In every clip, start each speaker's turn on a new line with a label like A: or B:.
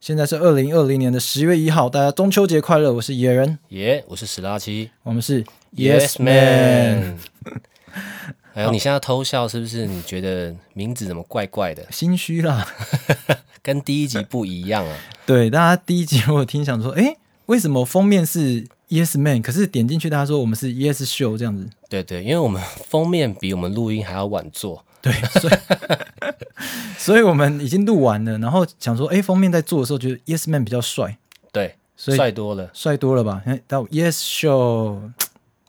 A: 现在是二零二零年的十月一号，大家中秋节快乐！我是野人，
B: 耶我是史拉奇
A: 我们是
B: Man。哎呦，你现在偷笑是不是？你觉得名字怎么怪 怪的，
A: 心虚啦。
B: 跟第一集不一样啊？
A: 对，大家第一集我有听想说，诶，为什么封面是 Yes Man？可是点进去，大家说我们是 Yes Show 这样子。
B: 对对，因为我们封面比我们录音还要晚做，
A: 对，所以所以我们已经录完了，然后想说，诶，封面在做的时候觉得 Yes Man 比较帅，
B: 对，
A: 所以
B: 帅多了。
A: 帅多了吧？诶到 Yes Show，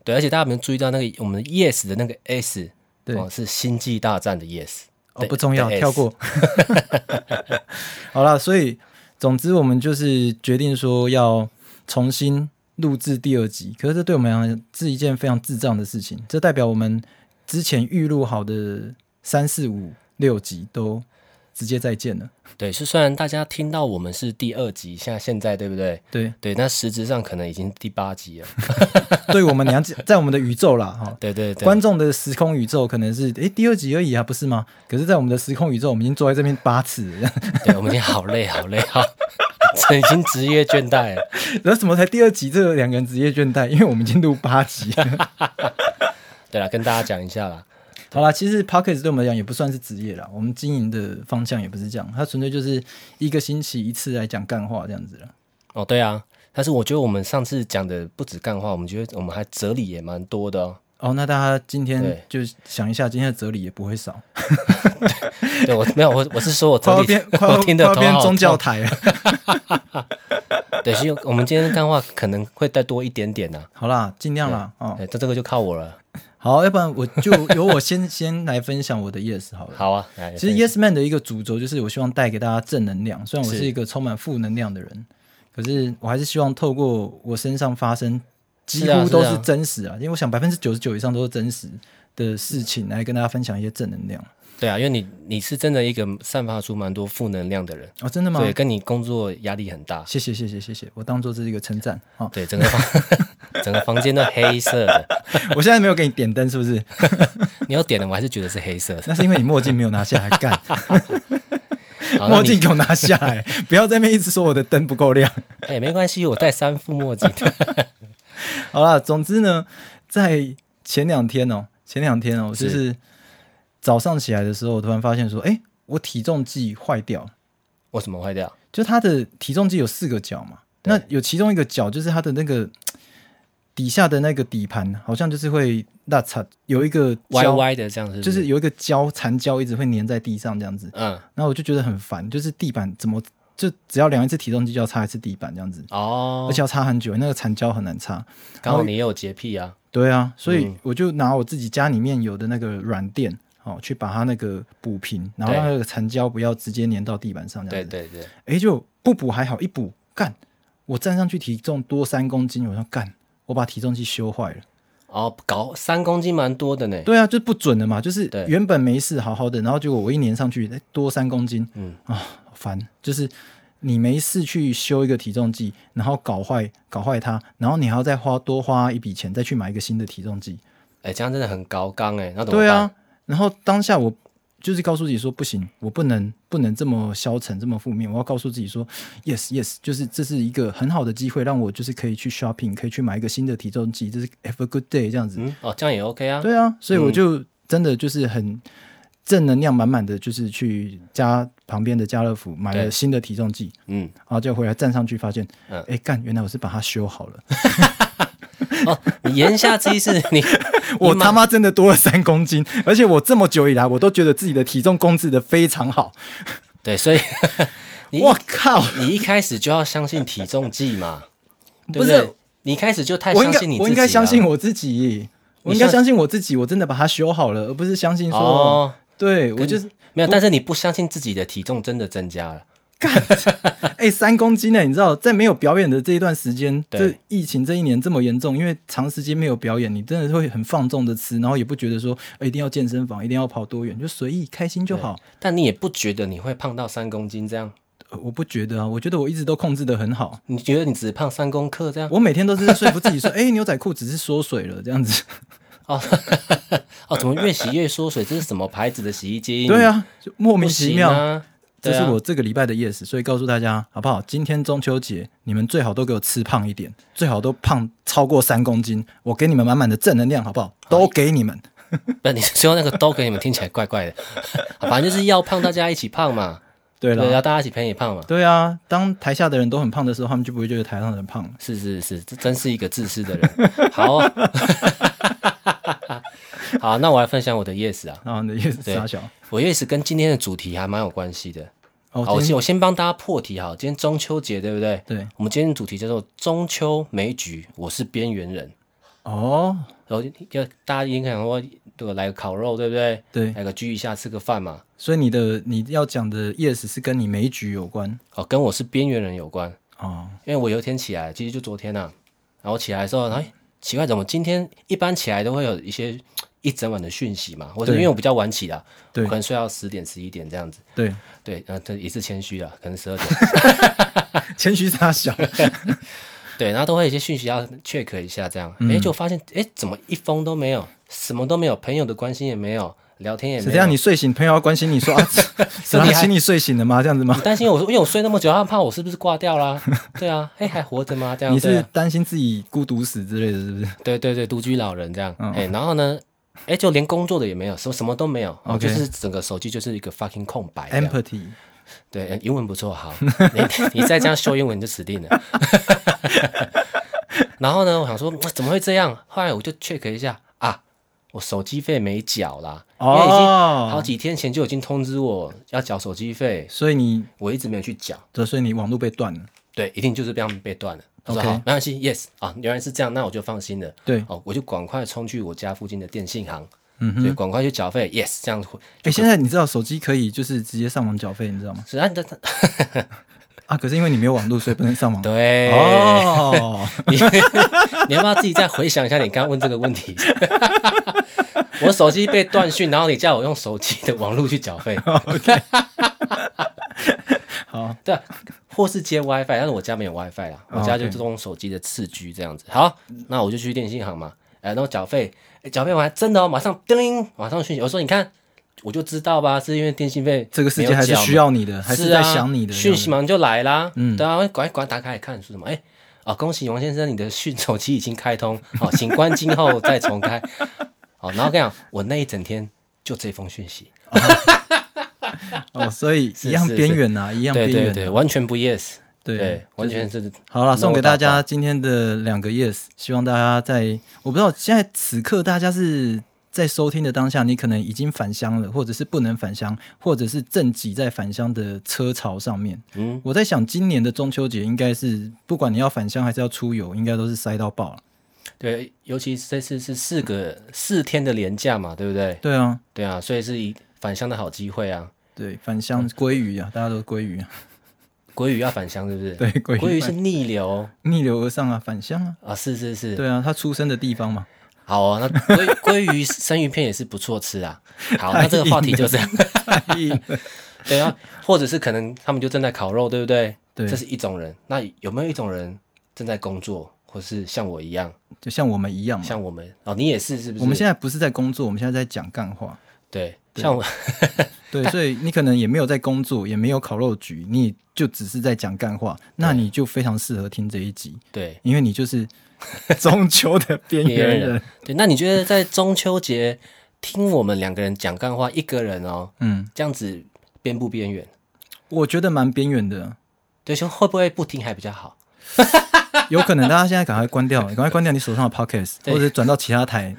B: 对，而且大家有没有注意到那个我们的 Yes 的那个 S，
A: 对
B: 哦，是《星际大战》的 Yes。
A: 哦，
B: 对
A: 不重要，
B: 对哎
A: 跳过。 好啦，所以总之我们就是决定说要重新录制第二集，可是这对我们来讲是一件非常智障的事情，这代表我们之前预录好的三四五六集都直接再见了。
B: 对，是虽然大家听到我们是第二集，像现在对不对？
A: 对，
B: 对，那实质上可能已经第八集了。
A: 对我们娘 家在我们的宇宙啦，哈、
B: 对对对，
A: 观众的时空宇宙可能是诶第二集而已啊，不是吗？可是，在我们的时空宇宙，我们已经坐在这边八次了，
B: 对我们已经好累好累 好，这已经职业倦怠了。
A: 然后怎么才第二集？这两个人职业倦怠，因为我们已经录八集了。
B: 对啦，跟大家讲一下啦。
A: 好啦，其实 p o c k e t 对我们来讲也不算是职业啦，我们经营的方向也不是这样，它纯粹就是一个星期一次来讲干话这样子了。
B: 哦，对啊，但是我觉得我们上次讲的不止干话，我们觉得我们还哲理也蛮多的哦。
A: 哦，那大家今天
B: 对
A: 就想一下，今天的哲理也不会少，
B: 对我没有我我是说我
A: 快要
B: 哲理
A: 变快要
B: 我听
A: 快
B: 的
A: 要
B: 头
A: 变
B: 好
A: 宗教
B: 痛。
A: 台了。
B: 对，是因为我们今天的干话可能会再多一点点呐、
A: 好啦，尽量啦。哦，
B: 哎，这这个就靠我了。
A: 好，要不然我就由我先先来分享我的 yes 好了。
B: 好啊，来
A: 其实 Yes Man 的一个主轴就是我希望带给大家正能量，虽然我
B: 是
A: 是一个充满负能量的人，可是我还是希望透过我身上发生几
B: 是啊
A: 乎都
B: 是
A: 是
B: 啊
A: 真实啊，因为我想百分之九十九以上都是真实的事情来跟大家分享一些正能量。
B: 对啊，因为你你是真的一个散发出蛮多负能量的人，
A: 哦，真的吗？
B: 对，跟你工作压力很大，
A: 谢谢谢谢谢谢，我当做这是一个称赞啊！
B: 对，整个房 整个房间都黑色的。
A: 我现在没有给你点灯，是不是？
B: 你要点的，我还是觉得是黑色的。
A: 那是因为你墨镜没有拿下来，干
B: 好那
A: 墨
B: 你
A: 镜给我拿下来，不要在那边一直说我的灯不够亮。
B: 哎、没关系，我戴三副墨镜。
A: 好啦，总之呢，在前两天哦，前两天哦，
B: 是
A: 就是早上起来的时候，我突然发现说，哎、我体重计坏掉了，
B: 我怎么坏掉？
A: 就它的体重计有四个角嘛，
B: 对
A: 那有其中一个角就是它的那个底下的那个底盘，好像就是会拉扯，有一个
B: 歪
A: 胶，
B: 歪的这样是不
A: 就是有一个胶残胶一直会粘在地上这样子，
B: 嗯
A: 然后我就觉得很烦，就是地板怎么就只要量一次体重计就要擦一次地板这样子，
B: 哦
A: 而，且要擦很久，那个残胶很难擦。
B: 刚好你也有洁癖啊。
A: 对啊，所以
B: 嗯
A: 我就拿我自己家里面有的那个软垫，哦，去把它那个补平，然后让
B: 对
A: 那个残胶不要直接粘到地板上，这
B: 对
A: 样子。
B: 对对，
A: 哎，就不补还好，一补干，我站上去体重多三公斤，我说干，我把体重计修坏了。
B: 哦，搞三公斤蛮多的呢。
A: 对啊，就不准了嘛，就是
B: 对
A: 原本没事好好的，然后结果我一粘上去，哎，多三公斤，
B: 嗯
A: 啊、好烦，就是。你没事去修一个体重计，然后搞坏搞坏它，然后你还要再花多花一笔钱再去买一个新的体重计，
B: 哎、这样真的很高刚哎，那怎么办？
A: 对啊，然后当下我就是告诉自己说，不行，我不能不能这么消沉，这么负面，我要告诉自己说，yes yes，就是这是一个很好的机会，让我就是可以去 shopping，可以去买一个新的体重计，这是 have a good day 这样子。
B: 嗯，哦，这样也 OK 啊。
A: 对啊，所以我就真的就是很正能量满满的，就是去家旁边的家乐福买了
B: 对
A: 新的体重计，
B: 嗯，
A: 然后就回来站上去发现，
B: 嗯
A: 哎干，原来我是把它修好 了，
B: 哦，你言下之意是你
A: 我
B: 你
A: 他
B: 买
A: 妈真的多了三公斤，而且我这么久以来我都觉得自己的体重控制的非常好。
B: 对，所以你
A: 我靠！
B: 你一开始就要相信体重计嘛，对
A: 不是
B: 对？你一开始就太
A: 我应
B: 相
A: 该
B: 信你自己了
A: 我应该相信我自己，我应该
B: 相
A: 相信我自己，我真的把它修好了，而不是相信说，
B: 哦，
A: 对我就是
B: 没有，但是你不相信自己的体重真的增加了，
A: 哎、三公斤呢，你知道，在没有表演的这一段时间，
B: 对
A: 这疫情这一年这么严重，因为长时间没有表演，你真的会很放纵的吃，然后也不觉得说、哎一定要健身房，一定要跑多远，就随意开心就好。
B: 但你也不觉得你会胖到三公斤这样，
A: 呃我不觉得啊，我觉得我一直都控制的很 好，
B: 你觉得你只胖三公克这样？
A: 我每天都是在说服自己说，哎、牛仔裤只是缩水了这样 子。
B: 哦哦，怎么越洗越缩水？这是什么牌子的洗衣机？
A: 对，啊，就莫
B: 莫
A: 名其妙。
B: 啊。
A: 这
B: 对啊
A: 是我这个礼拜的 yes，所以告诉大家好不好？今天中秋节，你们最好都给我吃胖一点，最好都胖超过三公斤，我给你们满满的正能量，好不好？都给你们。
B: 不，你最后那个都给你们听起来怪怪的， 啊反正就是要胖，大家一起胖嘛，
A: 对
B: 对，啊
A: 了，
B: 要大家一起陪你胖嘛。
A: 对啊，当台下的人都很胖的时候，他们就不会觉得台上的人胖了。
B: 是是是，这真是一个自私的人。好、啊， 好，那我来分享我的 yes 啊，
A: 然后你的 yes
B: 对
A: 傻小，
B: 我 yes 跟今天的主题还蛮有关系的。
A: 哦，
B: 好，我
A: 今天
B: 先我先帮大家破题哈，今天中秋节对不对？
A: 对，
B: 我们今天的主题叫做中秋梅局，我是边缘人。
A: 哦，
B: 然后就大家应该想说，对，来个烤肉，对不对？
A: 对，
B: 来个聚一下，吃个饭嘛。
A: 所以你的你要讲的 yes 是跟你每局有关
B: 哦，跟我是边缘人有关，
A: 哦，
B: 因为我有一天起来，其实就昨天呐、啊，然后起来的时候，哎，奇怪，怎么今天一般起来都会有一些一整晚的讯息嘛？或者
A: 对
B: 因为我比较晚起啦，我
A: 对
B: 可能睡到十点、十一点这样子。
A: 对，
B: 对，然后这也是谦虚啦，可能十二点。
A: 谦虚傻 小，
B: 对，然后都会有一些讯息要 check 一下，这样，
A: 嗯
B: 哎、就发现，哎，怎么一封都没有，什么都没有，朋友的关心也没有，聊天也
A: 是
B: 没
A: 这样，
B: 有。
A: 你睡醒，朋友要关心你说 啊，怎
B: 体
A: 么
B: 还
A: 请你睡醒了吗？这样子吗？
B: 担心我，因为我睡那么久，他怕我是不是挂掉啦？ 对啊，哎，还活着吗？这样
A: 你
B: 对
A: 是
B: 啊
A: 担心自己孤独死之类的，是不是？
B: 对对对，独居老人这样，
A: 嗯
B: 哎、然后呢，哎，就连工作的也没有，什么什么都没有哦
A: OK
B: 就是整个手机就是一个 fucking 空白这样。
A: empathy，
B: 对，呃英文不错，好， 你你再这样修英文你就死定了。 然后呢，我想说哇怎么会这样？后来我就 check 一下啊，我手机费没缴啦，因为已经好
A: 哦，
B: 几天前就已经通知我要缴手机费，
A: 所以你，
B: 我一直没有去缴，
A: 对所以你网络被断了，
B: 对，一定就是被他们被断了。我说
A: OK
B: 好，没关系，yes 啊，原来是这样，那我就放心了。
A: 对，
B: 哦，我就赶快冲去我家附近的电信行，
A: 嗯
B: 对，
A: 哼，
B: 赶快去缴费，yes，这样会
A: 哎，现在你知道手机可以就是直接上网缴费，你知道吗？
B: 是按的，但
A: 啊，可是因为你没有网络，所以不能上网。
B: 对，
A: 哦，
B: 你你要不要自己再回想一下你刚刚问这个问题？ 我手机被断讯，然后你叫我用手机的网络去缴 费，
A: 好，
B: 对啊，或是接 WiFi，但是我家没有 WiFi 啦，
A: 哦
B: 我家就
A: OK
B: 是用手机的次 G 这样子。好，那我就去电信行嘛，哎、然后缴费，哎缴费完真的哦，马上叮，马上讯息，我说你看，我就知道吧，是因为电信费
A: 这个世界还是需
B: 要。
A: 要你的，还
B: 是
A: 在想你的
B: 啊、讯息
A: 吗？
B: 马上就来啦。嗯，对啊，赶快赶快打开来看是什么？哎、啊，恭喜王先生，你的讯手机已经开通， 好、请关静后再重开。好，然后跟你讲，我那一整天就这封讯息，
A: 哦，所以一样
B: 是是
A: 边缘呐，一样
B: 对
A: 边
B: 对
A: 缘。啊
B: 对，完全不 yes，
A: 对
B: 对，完全是
A: 好了，
B: No
A: 送给大
B: 大
A: 家今天的两个 yes，希望大家在我不知道现在此刻大家是在收听的当下，你可能已经返乡了，或者是不能返乡，或者是正挤在返乡的车潮上面。
B: 嗯，
A: 我在想，今年的中秋节应该是不管你要返乡还是要出游，应该都是塞到爆了。
B: 对，尤其这次是四个四天的连假嘛，对不对？
A: 对啊，
B: 对啊，所以是一返乡的好机会啊。
A: 对，返乡鲑鱼啊，大家都鲑鱼 啊，
B: 鲑鱼要返乡是不是？
A: 对，鲑鱼
B: 鲑鱼是逆流
A: 逆流而上啊，返乡啊，
B: 啊，是是是，
A: 对啊，他出生的地方嘛。
B: 好啊，那鲑 鲑鱼生鱼片也是不错吃啊。好，那这个话题就这样。对啊，或者是可能他们就正在烤肉，对不对？
A: 对
B: 这是一种人。那有没有一种人正在工作，或是像我一样，
A: 就像我们一样嘛，
B: 像我们哦，你也是是不是？
A: 我们现在不是在工作，我们现在在讲干话。
B: 对，像我
A: 对，所以你可能也没有在工作，也没有烤肉局，你就只是在讲干话，那你就非常适合听这一集，
B: 对
A: 因为你就是 中秋的边缘人。
B: 对。那你觉得在中秋节听我们两个人讲干话，一个人哦，
A: 嗯，
B: 这样子边不边缘？
A: 我觉得蛮边缘的，
B: 对，就会不会不听还比较好？
A: 有可能大家现在赶快关掉，赶快关掉你手上的 podcast，
B: 对
A: 或者转到其他台，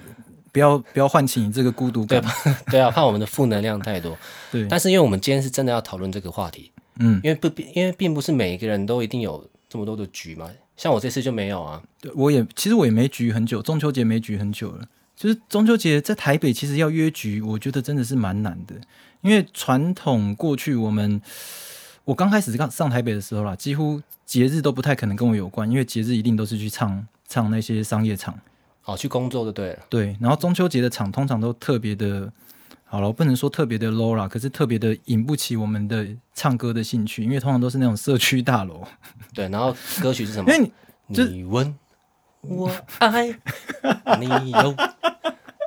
A: 不要不要唤起你这个孤独感。
B: 对啊，怕我们的负能量太多。
A: 对，
B: 但是因为我们今天是真的要讨论这个话题，
A: 嗯，
B: 因为不，因为并不是每一个人都一定有这么多的局嘛。像我这次就没有啊，
A: 对我也其实我也没局很久，中秋节没局很久了。就是中秋节在台北，其实要约局，我觉得真的是蛮难的，因为传统过去我们，我刚开始刚上台北的时候啦，几乎节日都不太可能跟我有关，因为节日一定都是去唱唱那些商业场，
B: 好去工作就对了。
A: 对。然后中秋节的场通常都特别的，好了，我不能说特别的 low 啦，可是特别的引不起我们的唱歌的兴趣，因为通常都是那种社区大楼，
B: 对，然后歌曲是什
A: 因
B: 么
A: 为？你就是
B: 你问 我爱你有，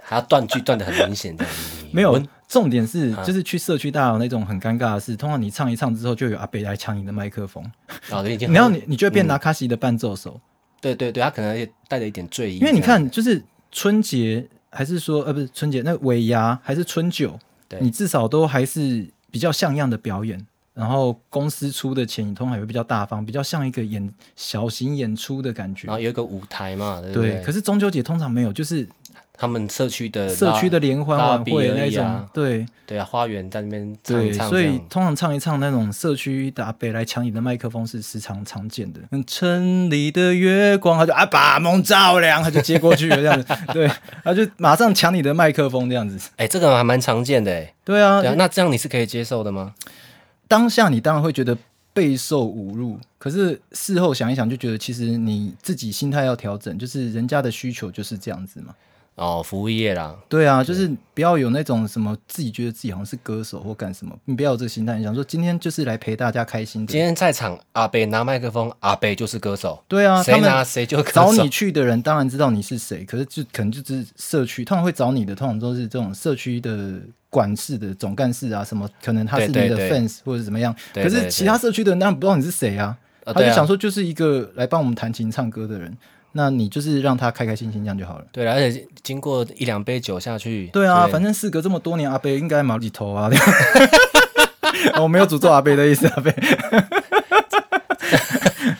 B: 还要断句断的很明显这样。你
A: 没有
B: 问，
A: 重点是，
B: 啊
A: 就是去社区大楼那种很尴尬的事，通常你唱一唱之后，就有阿北来抢你的麦克风，
B: 啊，已经
A: 然后你你就会变拿卡西的伴奏手，
B: 对对对，他可能也带着一点醉意，
A: 因为你看，就是春节还是说呃不是春节，那尾牙还是春酒
B: 对，
A: 你至少都还是比较像样的表演，然后公司出的钱，你通常也会比较大方，比较像一个演小型演出的感觉
B: 然。后有一个舞台嘛，对不
A: 对，可是中秋节通常没有，就是
B: 他们社区的
A: 社区的联欢晚会
B: 拉拉比而
A: 那
B: 已
A: 种，
B: 啊
A: 对
B: 对啊，花园在那边唱一
A: 对，
B: 唱
A: 所
B: 这
A: 以
B: 样，
A: 通常唱一唱那种社区的阿北来抢你的麦克风是时常常见的。嗯，城里的月光，他就啊把梦照亮，他就接过去了这样 子，对，他就马上抢你的麦克风这样子。
B: 哎，这个还蛮常见的哎。
A: 对啊，
B: 对啊，那这样你是可以接受的吗？
A: 当下你当然会觉得备受侮辱，可是事后想一想，就觉得其实你自己心态要调整，就是人家的需求就是这样子嘛。
B: 哦，服务业啦，
A: 对啊，就是不要有那种什么自己觉得自己好像是歌手或干什么，你不要有这个心态。你想说今天就是来陪大家开心
B: 今
A: 的，
B: 天在场阿北拿麦克风，阿北就是歌手，
A: 对啊，他
B: 谁拿
A: 们
B: 谁就歌
A: 找
B: 手
A: 你。去的人当然知道你是谁，可是就可能就是社区，通常会找你的，通常都是这种社区的管事的总干事啊，什么可能他是你
B: 对对
A: 的
B: 对
A: fans 或者怎么样，
B: 对
A: 可
B: 对
A: 是
B: 对
A: 其他社区的人当然不知道你是谁啊，
B: 啊
A: 他
B: 对
A: 就
B: 啊
A: 想说就是一个来帮我们弹琴唱歌的人，那你就是让他开开心心这样就好了。
B: 对啦，而且经过一两杯酒下去，
A: 对啊，
B: 不
A: 反正事隔这么多年，阿贝应该毛里头啊。 我没有诅咒阿贝的意思，阿贝。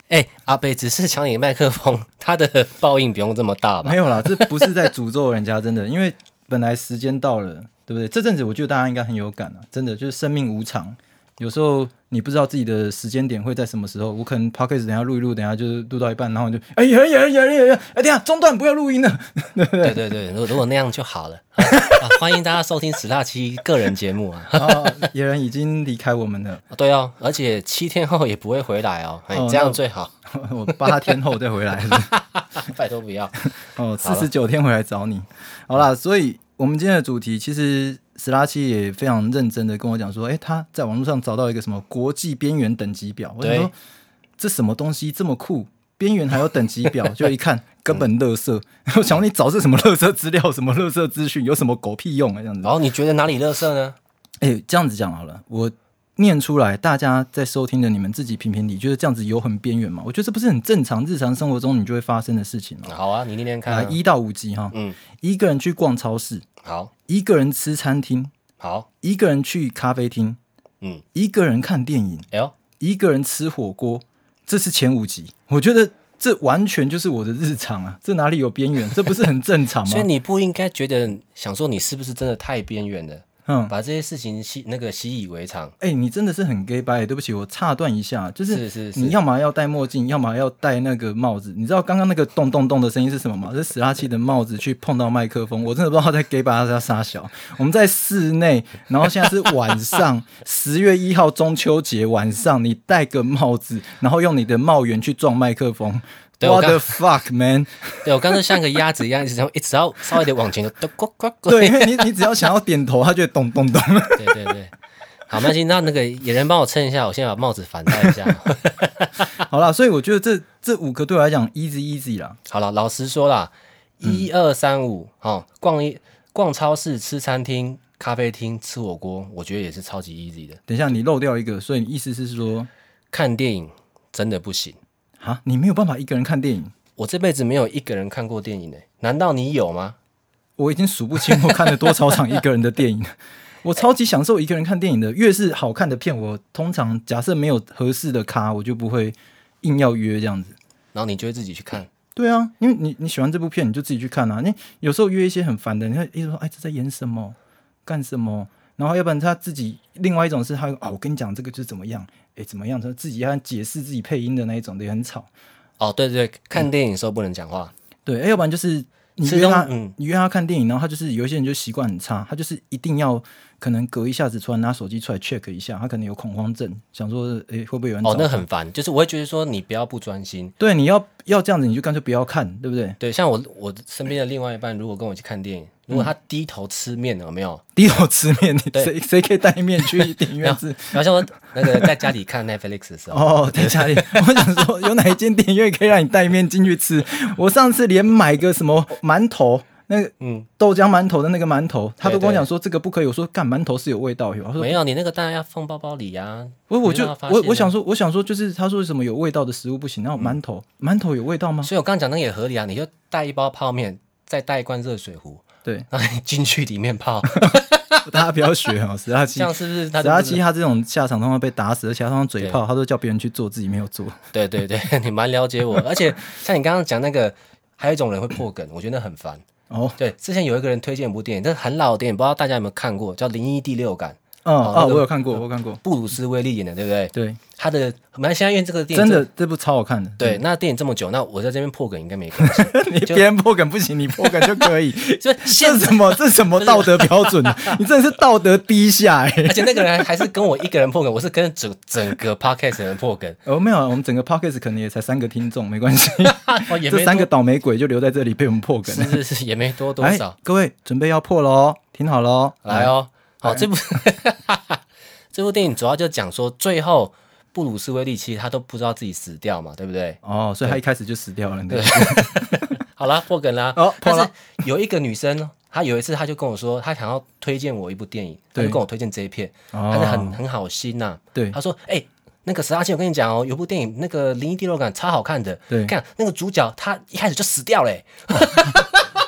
B: 哎、阿北只是抢你麦克风，他的报应不用这么大吧？
A: 没有啦，这不是在诅咒人家，真的，因为 本来时间到了，对不对？这阵子我觉得大家应该很有感啊，真的就是生命无常，有时候你不知道自己的时间点会在什么时候。我可能 p o d c a s t 等一下录一录，等一下就是录到一半，然后你就哎呀呀呀呀呀，哎等一下中断，不要录音了。
B: 对对对，如果如果那样就好了。啊啊 欢迎大家收听史大七个人节目啊！
A: 然后野哦人已经离开我们了，
B: 啊对哦，而且七天后也不会回来哦，哎
A: 哦，
B: 这样最好，
A: 我八天后再回来。
B: 拜托不要。
A: 哦，四十九天回来找你。好啦，所以我们今天的主题其实史拉奇也非常认真的跟我讲说，诶，他在网络上找到一个什么国际边缘等级表，我想说
B: 对
A: 这什么东西这么酷，边缘还有等级表，就一看根本垃圾。我想说你找这什么垃圾资料，什么垃圾资讯，有什么狗屁用啊？这样子，
B: 然后你觉得哪里乐色呢？
A: 诶，这样子讲好了，我。念出来，大家在收听的你们自己评评理，觉得这样子有很边缘吗？我觉得这不是很正常，日常生活中你就会发生的事情哦。
B: 好啊，你念念看、
A: 啊，
B: 啊。
A: 一到五级哈，
B: 嗯，
A: 一个人去逛超市，
B: 好，
A: 一个人吃餐厅，
B: 好，
A: 一个人去咖啡厅，
B: 嗯，
A: 一个人看电影，
B: 哎呦，
A: 一个人吃火锅，这是前五集。我觉得这完全就是我的日常啊，这哪里有边缘？这不是很正常
B: 所以
A: 吗？
B: 你不应该觉得想说你是不是真的太边缘了，
A: 嗯，
B: 把这些事情习那个习以为常。
A: 哎、你真的是很 gay 白、对不起，我岔断一下，就是
B: 是是
A: 你
B: 是，
A: 要么要戴墨镜，要么要戴那个帽子。你知道刚刚那个咚咚咚的声音是什么吗？是史拉奇的帽子去碰到麦克风，我真的不知道他在 gay 吧，他在傻小。我们在室内，然后现在是晚上，十月一号中秋节晚上，你戴个帽子，然后用你的帽檐去撞麦克风。
B: 对我
A: What
B: 刚
A: the fuck man？
B: 对我刚才像个鸭子一样，一直要一直要稍微的往前就咚呱呱呱。
A: 对，因为你你只要想要点头，他就会咚咚咚。
B: 对对对，好，没关系，那那个野人帮我称一下，我先把帽子反戴一下。
A: 好啦，所以我觉得这这五个对我来讲 easy easy 啦。
B: 好了，老实说啦，一二三五，哦，逛一逛超市、吃餐厅、咖啡厅、吃火锅，我觉得也是超级 easy 的。
A: 等一下你漏掉一个，所以你意思是说，
B: 看电影真的不行，
A: 啊，你没有办法一个人看电影。
B: 我这辈子没有一个人看过电影呢、难道你有吗？
A: 我已经数不清我看了多少场一个人的电影。 我超级享受一个人看电影的，越是好看的片，我通常假设没有合适的咖，我就不会硬要约这样子。
B: 然后你就会自己去看，
A: 对啊，因为你你喜欢这部片，你就自己去看啊。你有时候约一些很烦的，你会一直说哎这在演什么，干什么，然后要不然他自己另外一种是他啊我跟你讲这个就是怎么样，哎怎么样，他自己要解释自己配音的那一种的也很吵。
B: 哦，对对对，看电影的时候不能讲话，
A: 对，哎，要不然就是你
B: 吃
A: 约他，
B: 东嗯
A: 你约他看电影，然后他就是有一些人就习惯很差，他就是一定要可能隔一下子突然拿手机出来 check 一下，他可能有恐慌症，想说，哎，会不会有人找
B: 哦，
A: 他？
B: 那很烦，就是我会觉得说你不要不专心。
A: 对，你要要这样子，你就干脆不要看，对不对？
B: 对，像我我身边的另外一半，如果跟我去看电影，
A: 嗯
B: 如果他低头吃面，有没有？
A: 低头吃面，你
B: 对
A: 谁谁可以带面去电影 院吃？
B: 然后像我那个在家里看 Netflix 的时候，
A: 哦，在家里，我想说，有哪一间电影院可以让你带面进去吃？我上次连买个什么馒头。那个
B: 嗯，
A: 豆浆馒头的那个馒头，他都
B: 对
A: 跟我讲说这个不可以。我说干馒头是有味道有啊，他说
B: 没有，你那个当然要放包包里呀。
A: 我我
B: 你
A: 就
B: 让他发
A: 我
B: 现
A: 我
B: 啊
A: 想说我想说就是他说什么有味道的食物不行，然后馒头馒头有味道吗？
B: 所以我刚刚讲那个也合理啊，你就带一包泡面，再带一罐热水壶，
A: 对，
B: 然后你进去里 面泡，
A: 大家不要学 哦，史拉奇
B: 这。样是不是？他
A: 史拉奇他这种下场通常被打死，而且他通常嘴炮，他都叫别人去做，自己没有做。
B: 对对 对，你蛮了解我，而且像你刚刚讲那个，还有一种人会破梗，我觉得那很烦。
A: 哦，
B: 对，之前有一个人推荐一部电影，这很老的电影，不知道大家有没有看过，叫《灵异第六感》，
A: 嗯
B: 好那
A: 哦，
B: 个嗯
A: 我有看过，我有看过。
B: 布鲁斯威利演的，对不对？
A: 对，
B: 他的，本来现在因为这个电影
A: 真的嗯这部超好看的。
B: 对，那电影这么久，那我在这边破梗应该没关 系，
A: 你别人破梗不行，你破梗就可 以。
B: 就是现
A: 这什么？这什么 道德标准？啊你真的是道德低下哎、
B: 而且那个人还是跟我一个人破梗，我是跟整整个 podcast 的人破梗，
A: 哦，没有啊，我们整个 podcast 可能也才三个听众，没关系。
B: 哦也
A: 这
B: 没
A: 三个
B: 多
A: 倒霉鬼就留在这里被我们破梗。
B: 是是是，也没多多
A: 哎
B: 少，，
A: 各位准备要破喽，听好喽，
B: 来哦，好，
A: 来
B: 这部 这部电影主要就讲说，最后布鲁斯威利其实他都不知道自己死掉嘛，对不对？
A: 哦，所以他一开始就死掉了。对，
B: 好啦，破梗啦。
A: 哦破
B: 但
A: 了
B: 是有一个女生，哦她有一次她就跟我说，她想要推荐我一部电影，她
A: 对
B: 就跟我推荐这一片，她是很
A: 哦，
B: 很好心呐、
A: 对
B: 她说，哎、那个十八七，我跟你讲哦，有部电影那个《灵异第六感》超好看的。
A: 对
B: 看那个主角他一开始就死掉嘞、 欸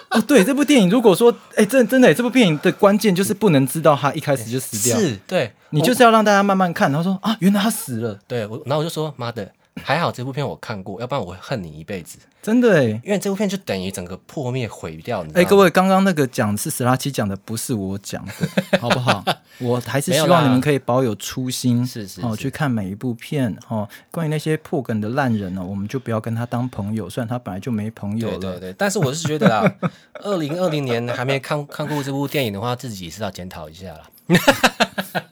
A: 哦，对，这部电影如果说，哎，真真的耶，这部电影的关键就是不能知道他一开始就死掉，
B: 是，对，
A: 你就是要让大家慢慢看，然后说啊，原来他死了，
B: 对我，然后我就说，妈的，还好这部片我看过，要不然我会恨你一辈子。
A: 真的哎。
B: 因为这部片就等于整个破灭毁掉，你知道
A: 哎，
B: 吗？
A: 各位，刚刚那个讲是史拉奇讲的，不是我讲 的，好不好？我还是
B: 没
A: 希
B: 有
A: 望
B: 啦
A: 你们可以保有初心，
B: 是是
A: 哦，
B: 是
A: 去看每一部片哦。关于那些破梗的烂人哦呢，我们就不要跟他当朋友，虽然他本来就没朋友
B: 对
A: 了
B: 对。对，但是我是觉得啦， 二零二零年还没看看过这部电影的话，自己是要检讨一下啦。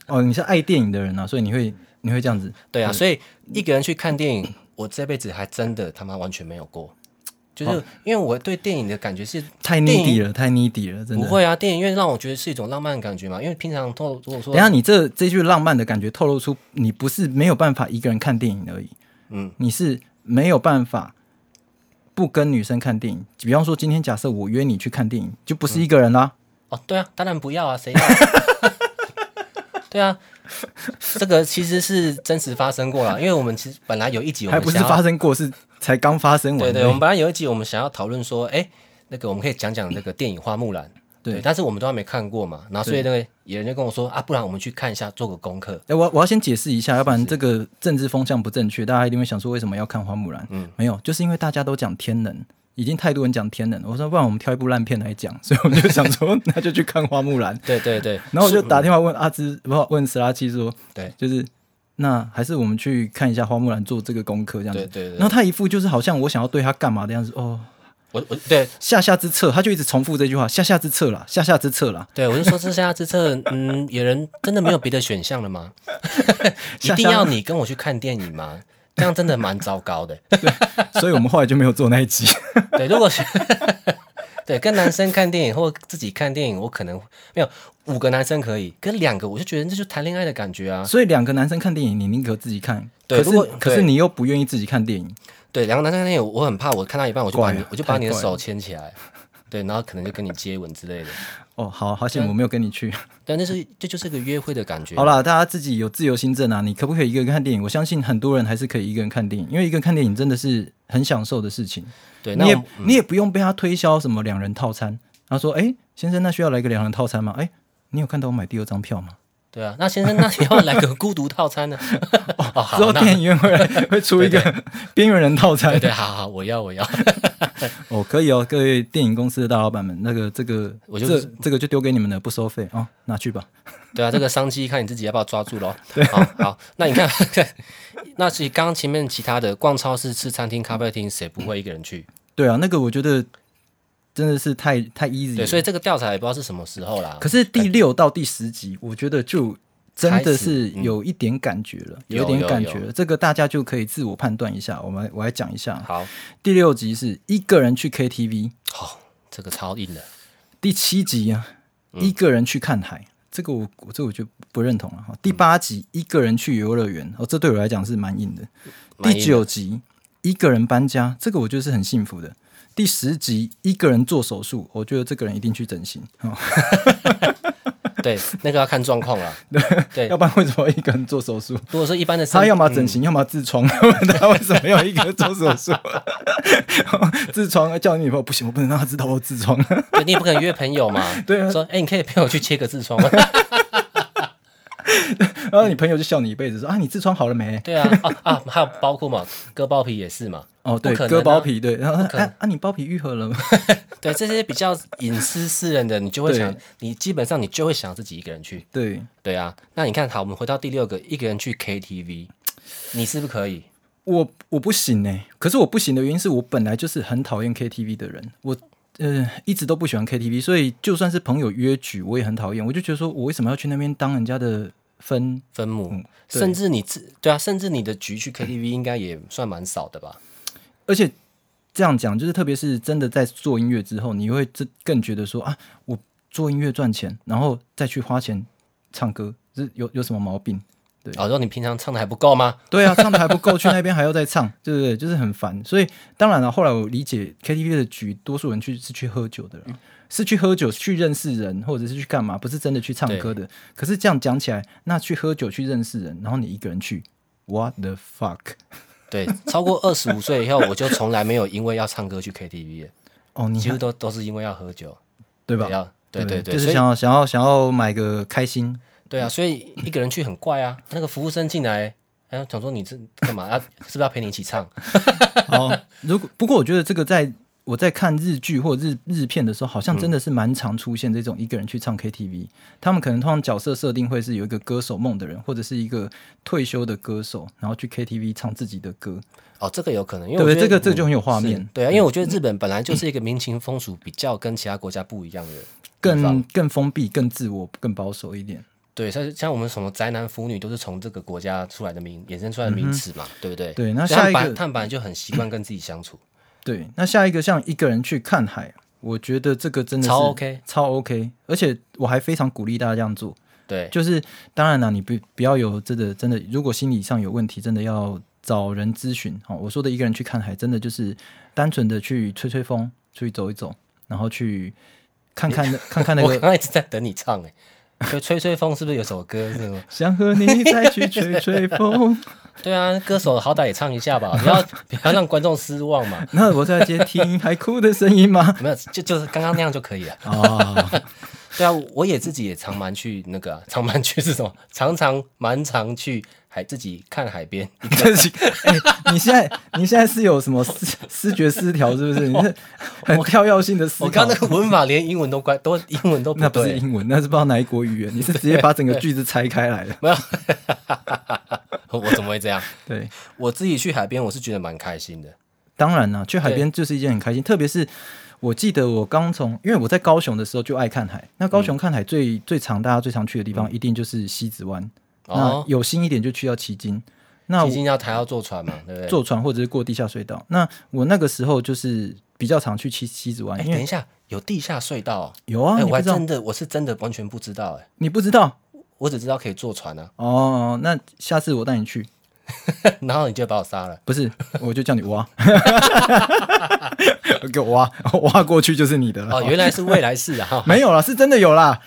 A: 哦，你是爱电影的人啊，所以你会你会这样子。
B: 对啊，所以一个人去看电影，我这辈子还真的他妈完全没有过，就是因为我对电影的感觉是
A: 哦太
B: 电影
A: needy 了，太 needy 了，真
B: 不
A: 的。
B: 会啊，电影院让我觉得是一种浪漫的感觉嘛，因为平常透如果说
A: 等一下，你这这句浪漫的感觉透露出你不是没有办法一个人看电影而已，
B: 嗯，
A: 你是没有办法不跟女生看电影。比方说，今天假设我约你去看电影，就不是一个人啦。
B: 哦，对啊，当然不要啊，谁要、啊？ 对啊，这个其实是真实发生过了，因为我们其实本来有一集我
A: 还
B: 们
A: 不是
B: 想要
A: 发生过，是才刚发生完而
B: 对
A: 已。
B: 对，我们本来有一集我们想要讨论说，哎，那个我们可以讲讲那个电影《花木兰》。
A: 对
B: 但是我们都还没看过嘛，然后所以那个有人就跟我说啊，不然我们去看一下，做个功课。
A: 哎、我我要先解释一下，要不然这个政治风向不正确，大家一定会想说为什么要看花木兰？嗯，没有，就是因为大家都讲天能，已经太多人讲天能。我说不然我们挑一部烂片来讲， 所以我们就想说那就去看花木 兰。
B: 对对对，
A: 然后我就打电话问阿芝，不问史拉奇说，
B: 对
A: 就是那还是我们去看一下花木兰做这个功课这样子。
B: 对对对
A: 然后他一副就是好像我想要对他干嘛的样子哦，
B: 我我对
A: 下下之策，他就一直重复这句话，下下之策啦，下下之策啦，
B: 对，我就说这下这策，嗯，有人真的没有别的选项 了吗？一
A: 下
B: 定要你跟我去看电影吗？这样真的蛮糟糕的。
A: 所以我们后来就没有做那一集。
B: 对，如果是 对跟男生看电影或自己看电影，我可能没有五个男生可以，跟两个我就觉得这就谈恋爱的感觉啊。
A: 所以两个男生看电影，你宁可自己看，
B: 对
A: 可
B: 如果
A: 是可是
B: 对
A: 你又不愿意自己看电影，
B: 对，两个男生看电影，我很怕，我看到一半我就把
A: 怪
B: 你
A: 啊，
B: 我就把你的
A: 太怪
B: 手牵起来，对，然后可能就跟你接吻之类的。
A: 哦，好好险我没有跟你去。
B: 但那是这就是个约会的感觉。
A: 好，啦，大家自己有自由心证啊，你可不可以一个人看电影？我相信很多人还是可以一个人看电影，因为一个人看电影真的是很享受的事情。
B: 对，那
A: 你也、
B: 我嗯
A: 你也不用被他推销什么两人套餐，他说：“哎、先生，那需要来一个两人套餐吗？”哎、你有看到我买第二张票吗？
B: 对啊，那先生，那你要来个孤独套 餐呢？ 哦，
A: 之后
B: 好，那
A: 电影院会会出一个边缘人套餐
B: 对对，好好，我要我要，
A: 哦，可以哦，各位电影公司的大老板们，那个这个
B: 我就
A: 这这个就丢给你们了，不收费啊、哦，拿去吧。
B: 对啊，这个商机看你自己要不要抓住喽。好好，那你看， 那其实刚刚前面其他的逛超市、吃餐厅、咖啡厅，谁不会一个人去？
A: 对啊，那个我觉得真的是太太 easy
B: 对，
A: 了。
B: 所以这个调查也不知道是什么时候啦。
A: 可是第六到第十集，我觉得就真的是
B: 开始嗯
A: 有一点感觉了，
B: 有
A: 一点感觉
B: 有
A: 了。这个大家就可以自我判断一下。我们我来讲一下，
B: 好，
A: 第六集是一个人去 KTV，
B: 好、这个超硬的，
A: 第七集啊，
B: 嗯
A: 一个人去看海。这个我我这我就不认同了哈。第八集一个人去游乐园，哦，这对我来讲是蛮硬的。
B: 蛮硬
A: 第
B: 的
A: 九集一个人搬家，这个我觉得是很幸福的。第十集一个人做手术，我觉得这个人一定去整形，哦、
B: 对，那个要看状况 啦。对嗯
A: 要不然为什么一个人做手 术？
B: 如果是一般的生，
A: 他要么整形，要么痔疮， 他为什么要一个人做手术？ 痔疮叫你女朋友不行，我不能让她知道我有痔疮。
B: 对你也不可能约朋友嘛。
A: 对啊
B: 说哎、你可以陪我去切个痔疮吗？
A: 然后你朋友就笑你一辈子，说啊，你痔疮好了没？
B: 对啊，啊啊，还有包括嘛，割包皮也是嘛。
A: 哦，对
B: 不可，能啊
A: 割包皮，对，然后
B: 不可能
A: 啊啊，你包皮愈合了吗？
B: 对，这些比较隐私私人的，你就会
A: 对
B: 想，你基本上你就会想自己一个人去。
A: 对
B: 对啊，那你看好，我们回到第六个，一个人去 KTV，你是不是可以？
A: 我我不行呢、欸可是我不行的原因是我本来就是很讨厌 KTV 的人，我呃一直都不喜欢 KTV，所以就算是朋友约局，我也很讨厌。我就觉得说我为什么要去那边当人家的分？
B: 分母，
A: 嗯对
B: 甚至你自对啊，甚至你的局去 KTV 应该也算蛮少的吧？
A: 而且这样讲，就是特别是真的在做音乐之后，你会这更觉得说啊，我做音乐赚钱，然后再去花钱唱歌，这有有什么毛病？对
B: 哦，说你平常唱的还不够吗？
A: 对啊，唱的还不够，去那边还要再唱， 对不对？就是很烦。所以当然了，后来我理解 KTV 的局，多数人去是去喝酒的
B: 嗯
A: 啦，是去喝酒去认识人，或者是去干嘛，不是真的去唱歌的。可是这样讲起来，那去喝酒去认识人，然后你一个人去，What the fuck？
B: 对，超过二十五岁以后，我就从来没有因为要唱歌去 KTV，了
A: 哦，你
B: 几乎都都是因为要喝酒，
A: 对吧
B: 对？要对对对，
A: 就
B: 所
A: 是
B: 以
A: 想要想要想要买个开心，
B: 对啊，所以一个人去很怪啊。那个服务生进来，哎，想说你这干嘛啊？是不是要陪你一起唱？
A: 哦，如果不过我觉得这个在我在看日剧或日日片的时候，好像真的是蛮常出现这种一个人去唱 KTV。他们可能通常角色设定会是有一个歌手梦的人，或者是一个退休的歌手，然后去 KTV 唱自己的歌。
B: 哦，这个有可能，因
A: 对
B: 为
A: 不
B: 我
A: 对？
B: 觉得
A: 这个这个就很有画面，
B: 对啊，因为我觉得日本本来就是一个民情风俗比较跟其他国家不一样的地
A: 更
B: 方
A: 更封闭、更自我、更保守一点。
B: 对，像像我们什么宅男腐女都是从这个国家出来的名衍生出来的名词嘛，对不对？
A: 嗯对那
B: 所以他们
A: 下一
B: 本
A: 个
B: 他们本来就很习惯跟自己相处，
A: 对，那下一个像一个人去看海，我觉得这个真的是
B: 超 OK
A: 超 OK，而且我还非常鼓励大家这样做。
B: 对，
A: 就是当然了，你不不要有真的真的，如果心理上有问题，真的要找人咨询。哦，我说的一个人去看海，真的就是单纯的去吹吹风，出去走一走，然后去看看看看那
B: 我刚
A: 个。
B: 刚一直在等你唱哎、欸，就吹吹风是不是有首歌是吗？
A: 想和你再去吹吹 风，
B: 对啊，歌手好歹也唱一下吧，不要不要让观众失望嘛。
A: 那我在街听海哭的声音 吗？
B: 没有，就就是刚刚那样就可以了。
A: 啊、
B: 对啊，我也自己也常蛮去那个、啊， 常蛮去是什么？常常蛮常去海自己看 海边，
A: 这是、哎你现在你现在是有什么思思觉失调是不是？你是很跳跃性的思
B: 我
A: 考
B: 刚刚那。个文法连英文都怪，都英文都 不
A: 那不是
B: 对，
A: 英文，那是不知道哪一国语言。你是直接把整个句子拆开来了。
B: 没有，我怎么会这样？
A: 对，
B: 我自己去海边，我是觉得蛮开心的。
A: 当然啦，去海边就是一件很开心，特别是我记得我刚从，因为我在高雄的时候就爱看海。那高雄看海最、
B: 嗯
A: 最常大家最常去的地方，一定就是西子湾。
B: 哦
A: 那，有心一点就去到旗津，那
B: 毕竟要台要坐船嘛，对不对？
A: 坐船或者是过地下隧道。那我那个时候就是比较常去西西子湾，
B: 哎，
A: 因
B: 等
A: 为
B: 一下，有地下隧道哦。
A: 有啊，
B: 哎，
A: 你
B: 我
A: 不
B: 还
A: 知道
B: 真，的，我是真的完全不知道哎，
A: 你不知道
B: 我只知道可以坐船啊，
A: 哦。那下次我带你去，
B: 然后你就把我杀了。
A: 不是，我就叫你 挖，给我挖，挖过去就是你的了。
B: 哦，原来是未来式啊！哈
A: 没有啦，是真的有啦，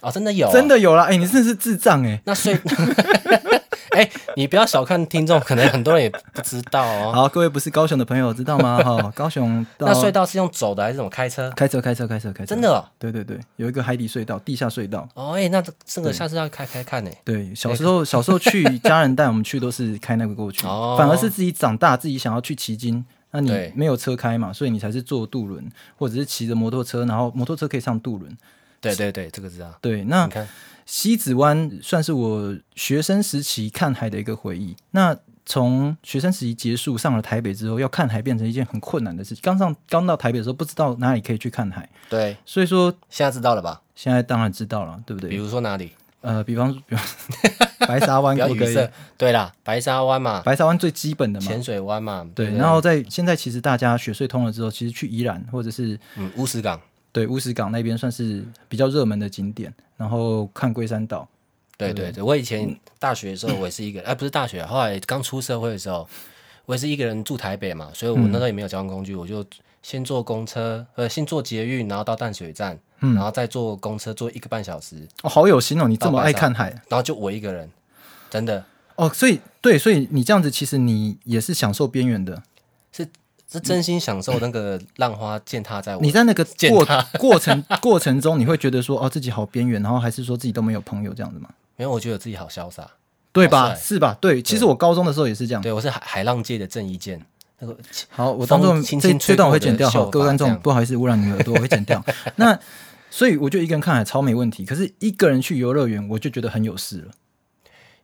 B: 哦，真的有，
A: 真。的有啦。哎、你真的是智障哎、
B: 那隧， 哎，你不要小看听众，可能很多人也不知道哦。
A: 好，各位不是高雄的朋友知道 吗？哈、高雄到
B: 那隧道是用走的还是怎么开车？
A: 开车开车开车开车，
B: 真的哦
A: 对对对，有一个海底隧道、地下隧道。
B: 哦，哎，那这这个下次要开开看呢。
A: 对，小时候小时候去 家人带我们去都是开那个过去，
B: 哎哦
A: 反而是自己长大自己想要去骑金，那你
B: 对
A: 没有车开嘛，所以你才是坐渡轮或者是骑着摩托车，然后摩托车可以上渡轮。
B: 对对对，这个知道。
A: 对，那
B: 你看，
A: 西子湾算是我学生时期看海的一个回忆。那从学生时期结束，上了台北之后，要看海变成一件很困难的事情。刚上刚到台北的时候，不知道哪里可以去看海，
B: 对，
A: 所以说
B: 现在知道了吧？
A: 现在当然知道了，对不
B: 比
A: 对？
B: 如说哪里？
A: 呃，比方说，比方 白沙湾
B: 不要
A: 可不
B: 语
A: 可以
B: 塞？。对啦，白沙湾嘛，
A: 白沙湾最基本的嘛，
B: 浅水湾嘛，
A: 对。
B: 不
A: 然后在现在其实大家雪隧通了之后，其实去宜兰或者是
B: 嗯，乌石港，
A: 对乌石港那边算是比较热门的景点，然后看龟山岛。
B: 啊对对对，我以前大学的时候，我也是一个，哎，不是大学，后来刚出社会的时候，我也是一个人住台北嘛，所以我那
A: 嗯
B: 时候也没有交通工具，我就先坐公车，呃，先坐捷运，然后到淡水站，
A: 嗯
B: 然后再坐公车，坐一个半小时，
A: 哦，好有心哦，你这么
B: 到晚
A: 爱
B: 上
A: 看海
B: 然后就我一个人，真的
A: 哦，所以对，所以你这样子其实你也是享受边缘的，
B: 哦是真心享受那个浪花践踏在我
A: 你在那个
B: 践
A: 过过程过程中，你会觉得说哦自己好边缘，然后还是说自己都没有朋友这样子吗？
B: 没有，我觉得我自己好潇洒。
A: 对吧？
B: 帅
A: 是吧？对，其实我高中的时候也是这样。
B: 对我是海海浪界的郑伊健，那个
A: 好，我当
B: 风
A: 做
B: 轻
A: 这
B: 轻
A: 这
B: 吹
A: 段我
B: 过
A: 会
B: 的
A: 剪掉，
B: 秀
A: 好，各位
B: 发
A: 观
B: 这
A: 众，
B: 样
A: 不好意思污染你的耳朵，我会剪 掉。那所以我就一个人看海超没问题，可是一个人去游乐园，我就觉得很有事了。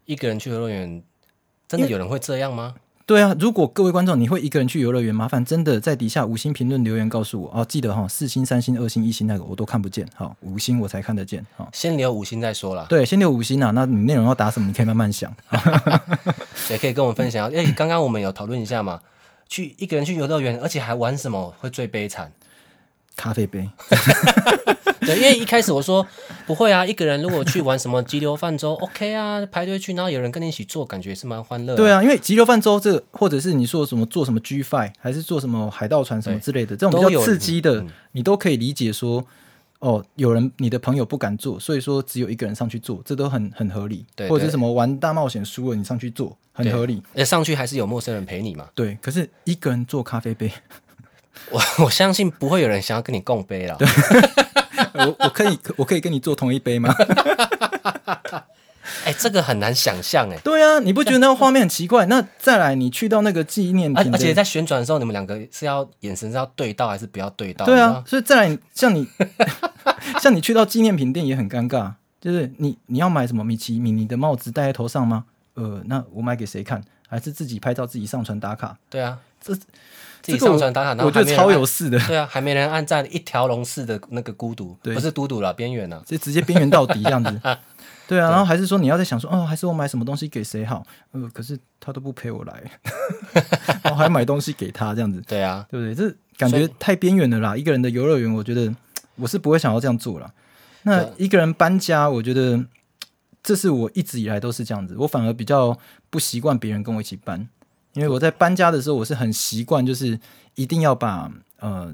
B: 一个人去游乐园，真的有人会这样吗？
A: 对啊，如果各位观众你会一个人去游乐园，麻烦真的在底下五星评论留言告诉我哦。记得哈、四星、三星、二星、一星那个我都看不见，好、五星我才看得见。好、
B: 先留五星再说啦。
A: 对，先留五星啊，那你内容要打什么，你可以慢慢想。
B: 也可以跟我们分享。哎，刚刚我们有讨论一下嘛，去一个人去游乐园，而且还玩什么会最 悲惨？
A: 咖啡杯，
B: 对，因为一开始我说不会啊，一个人如果去玩什么激流泛舟，OK 啊，排队去，然后有人跟你一起做，感觉也是蛮欢乐的。
A: 对啊，因为急流泛舟这个，或者是你说什么做什么 G Five，还是做什么海盗船什么之类的，这种比
B: 都
A: 较
B: 有
A: 刺激的，
B: 嗯
A: 你都可以理解说，哦，有人你的朋友不敢做，所以说只有一个人上去做，这都很很合理。
B: 对
A: 或者是
B: 对
A: 什么玩大冒险输了，你上去做，很
B: 对
A: 合理。
B: 而且呃上去还是有陌生人陪你嘛。
A: 对，可是一个人做咖啡杯，
B: 我我 相信不会有人想要跟你共杯啦。
A: 我我可以我可以跟你做同一杯吗？
B: 哎，这个很难想象哎。
A: 对啊，你不觉得那个画面很奇怪？那再来，你去到那个纪念
B: 而
A: 品
B: 而且
A: 的，
B: 在旋转的时候，你们两个是要眼神是要对到还是不要对到？
A: 对
B: 你知道
A: 啊
B: 吗，，
A: 所以再来，像你 像你去到纪念品店也很尴尬，就是你你要买什么米奇米妮的帽子戴在头上吗？呃，那我买给谁看？还是自己拍照自己上传打卡？
B: 对啊，
A: 这
B: 自己
A: 这个
B: 上传打卡，然后
A: 我觉
B: 还
A: 得
B: 没人
A: 超
B: 按
A: 有事的，
B: 对啊，还没人按赞一条龙式的那个孤独，
A: 对
B: 不是孤独了，边缘了。啊
A: 就直接边缘到底这样 子。对啊，然后还是说你要在想说，哦，还是我买什么东西给谁好？呃，可是他都不陪我来， 然后还买东西给他这样子，
B: 对啊，
A: 对不对？这感觉太边缘了啦！一个人的游乐园，我觉得我是不会想要这样做啦。那一个人搬家，我觉得这是我一直以来都是这样子，我反而比较不习惯别人跟我一起搬，因为我在搬家的时候，我是很习惯就是一定要把呃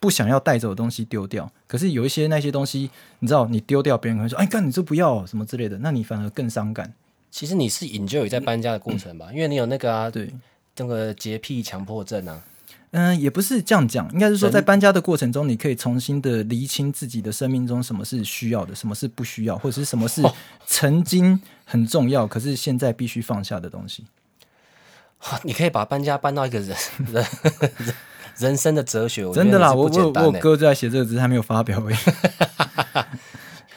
A: 不想要带走的东西丢掉。可是有一些那些东西，你知道你丢掉，别人可能说：“哎，干你这不要哦、什么之类的，那你反而更伤感。
B: 其实你是 enjoy 在搬家的过程吧，因为你有那个啊，
A: 对，
B: 那个洁癖强迫症啊。
A: 嗯，也不是这样讲，应该是说
B: 人
A: 在搬家的过程中，你可以重新的厘清自己的生命中什么是需要的，什么是不需要，或者是什么是
B: 哦
A: 曾经很重要，可是现在必须放下的东西。
B: 哇你可以把搬家搬到一个人人人人生的哲学，
A: 真的啦，我我有我
B: 觉得也是不
A: 有
B: 简单
A: 哥就在写这个，只是还没有发表而已。
B: 欸